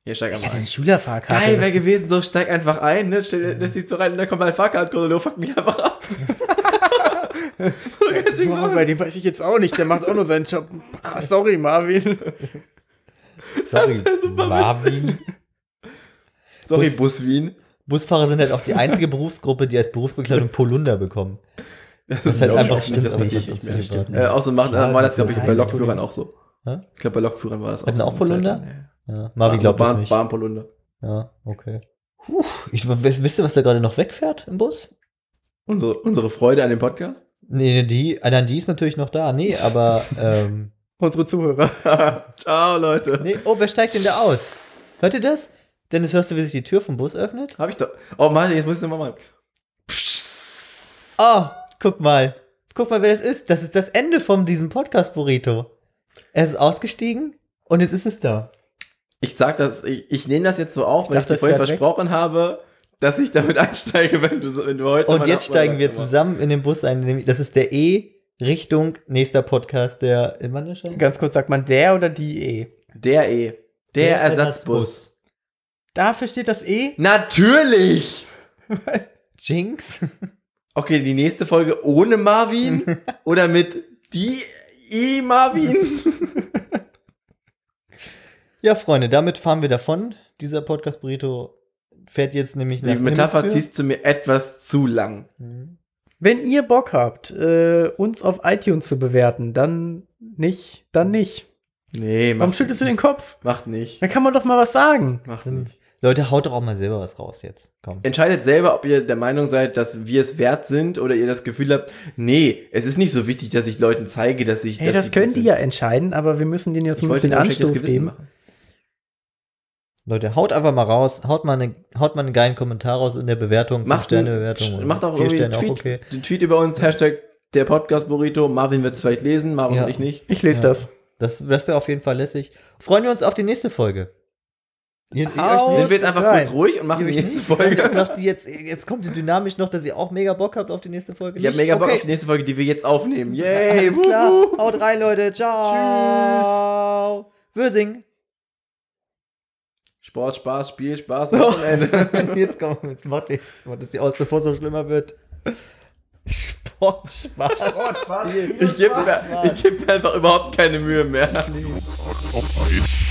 Hier steig einfach ein.
Schülerfahrkarte.
Geil wäre gewesen, so steig einfach ein, ne? Stell das dich so rein und dann kommt mein Fahrkartenkontrolleur, fuck mich einfach ab.
Boah, bei dem weiß ich jetzt auch nicht. Der macht auch nur seinen Job. Ah, sorry, Marvin.
sorry, Marvin.
Sorry,
Bus-
Bus Wien.
Busfahrer sind halt auch die einzige Berufsgruppe, die als Berufsbekleidung Polunder bekommen. Das ist
glaub
halt
ich
einfach
auch nicht, das passiert
richtig
nicht
Psychopathen.
mehr, Äh, außerdem machen,
Klar,
war das, glaube ich,
natürlich.
bei Lokführern auch so.
Hä?
Ich glaube, bei Lokführern war das auch
Hatten auch
eine Zeit
Polunder?
lang,
Ja,
ja.
Marvin glaubt
also
das
Bahn-
nicht.
Bahnpolunder.
Ja, okay. Puh, ich, w- wisst ihr, was da gerade noch wegfährt im Bus?
Unsere, unsere Freude an dem Podcast?
Nee, die, ah, nein, die ist natürlich noch da. Nee, aber, ähm,
Unsere Zuhörer.
Ciao, Leute.
nee, oh, wer steigt denn da aus? Hört ihr das? Dennis, hörst du, wie sich die Tür vom Bus öffnet?
Hab ich doch. Oh Mann, jetzt muss ich nochmal machen.
Oh, guck mal. Guck mal, wer das ist. Das ist das Ende von diesem Podcast Burrito. Er ist ausgestiegen und jetzt ist es da.
Ich sag das, ich, ich nehme das jetzt so auf, weil ich
dachte,
dir vorhin
das fährt
versprochen habe, dass ich damit einsteige, wenn du, so- wenn du heute.
Und
mal
jetzt
nach-
steigen wir
mal-
zusammen in den Bus ein. nämlich- Das ist der E Richtung nächster Podcast der im Manneschaft.
Ganz kurz sagt man der oder die E.
Der E. Der,
Der
Ersatzbus.
Dafür steht das E.
Natürlich!
Jinx.
Okay, die nächste Folge ohne Marvin oder mit die E Marvin?
Ja, Freunde, damit fahren wir davon. Dieser Podcast Burrito fährt jetzt nämlich
Die
nach
Metapher
Nimmelsbühr.
ziehst du mir etwas zu lang.
Mhm.
Wenn ihr Bock habt, äh, uns auf iTunes zu bewerten, dann nicht, dann nicht.
Nee,
Warum
macht,
schüttelst du den Kopf?
macht nicht.
Dann kann man doch mal was sagen.
Macht
Sind-
nicht.
Leute, haut doch auch mal selber was raus jetzt. Komm.
Entscheidet selber, ob ihr der Meinung seid, dass wir es wert sind oder ihr das Gefühl habt, nee, es ist nicht so wichtig, dass ich Leuten zeige, dass ich.
Hey, das könnt ihr ja entscheiden, aber wir müssen denen jetzt
Ich
ein
wollte
bisschen
den Anstoß
Anstoß
Gewissen geben.
geben.
machen.
Leute, haut einfach mal raus, haut mal, eine, haut mal einen geilen Kommentar raus in der Bewertung, fünf
Macht,
Sterne
einen-
Bewertung.
macht auch
vier
irgendwie einen
Sterne
Tweet,
auch okay.
den Tweet über uns, Hashtag der Podcast Burrito. Marvin wird es vielleicht lesen, Marius
Ja.
und ich nicht.
Ich lese
Ja.
das.
Das, das wäre auf jeden Fall lässig. Freuen wir uns auf die nächste Folge. Ihr,
Haut
Sind wir jetzt einfach
rein.
kurz ruhig und machen
Ihr
die
euch
nächste
nicht,
Folge.
Dann sagt die jetzt, jetzt kommt die dynamisch noch, dass ihr auch mega Bock habt auf die nächste Folge.
Ich habe
Nicht?
mega Bock
Okay.
auf die nächste Folge, die wir jetzt aufnehmen. Yay!
Alles
wuhu.
klar. Haut rein, Leute. Ciao. Tschüss. Würsing.
Sport, Spaß, Spiel, Spaß, Wochenende.
jetzt komm, jetzt macht ihr, macht es dir aus, bevor es noch schlimmer wird. Sport, Spaß. Sport, Spaß.
Ich gebe mir, ich geb mir einfach überhaupt keine Mühe mehr.
Fragt ob ein.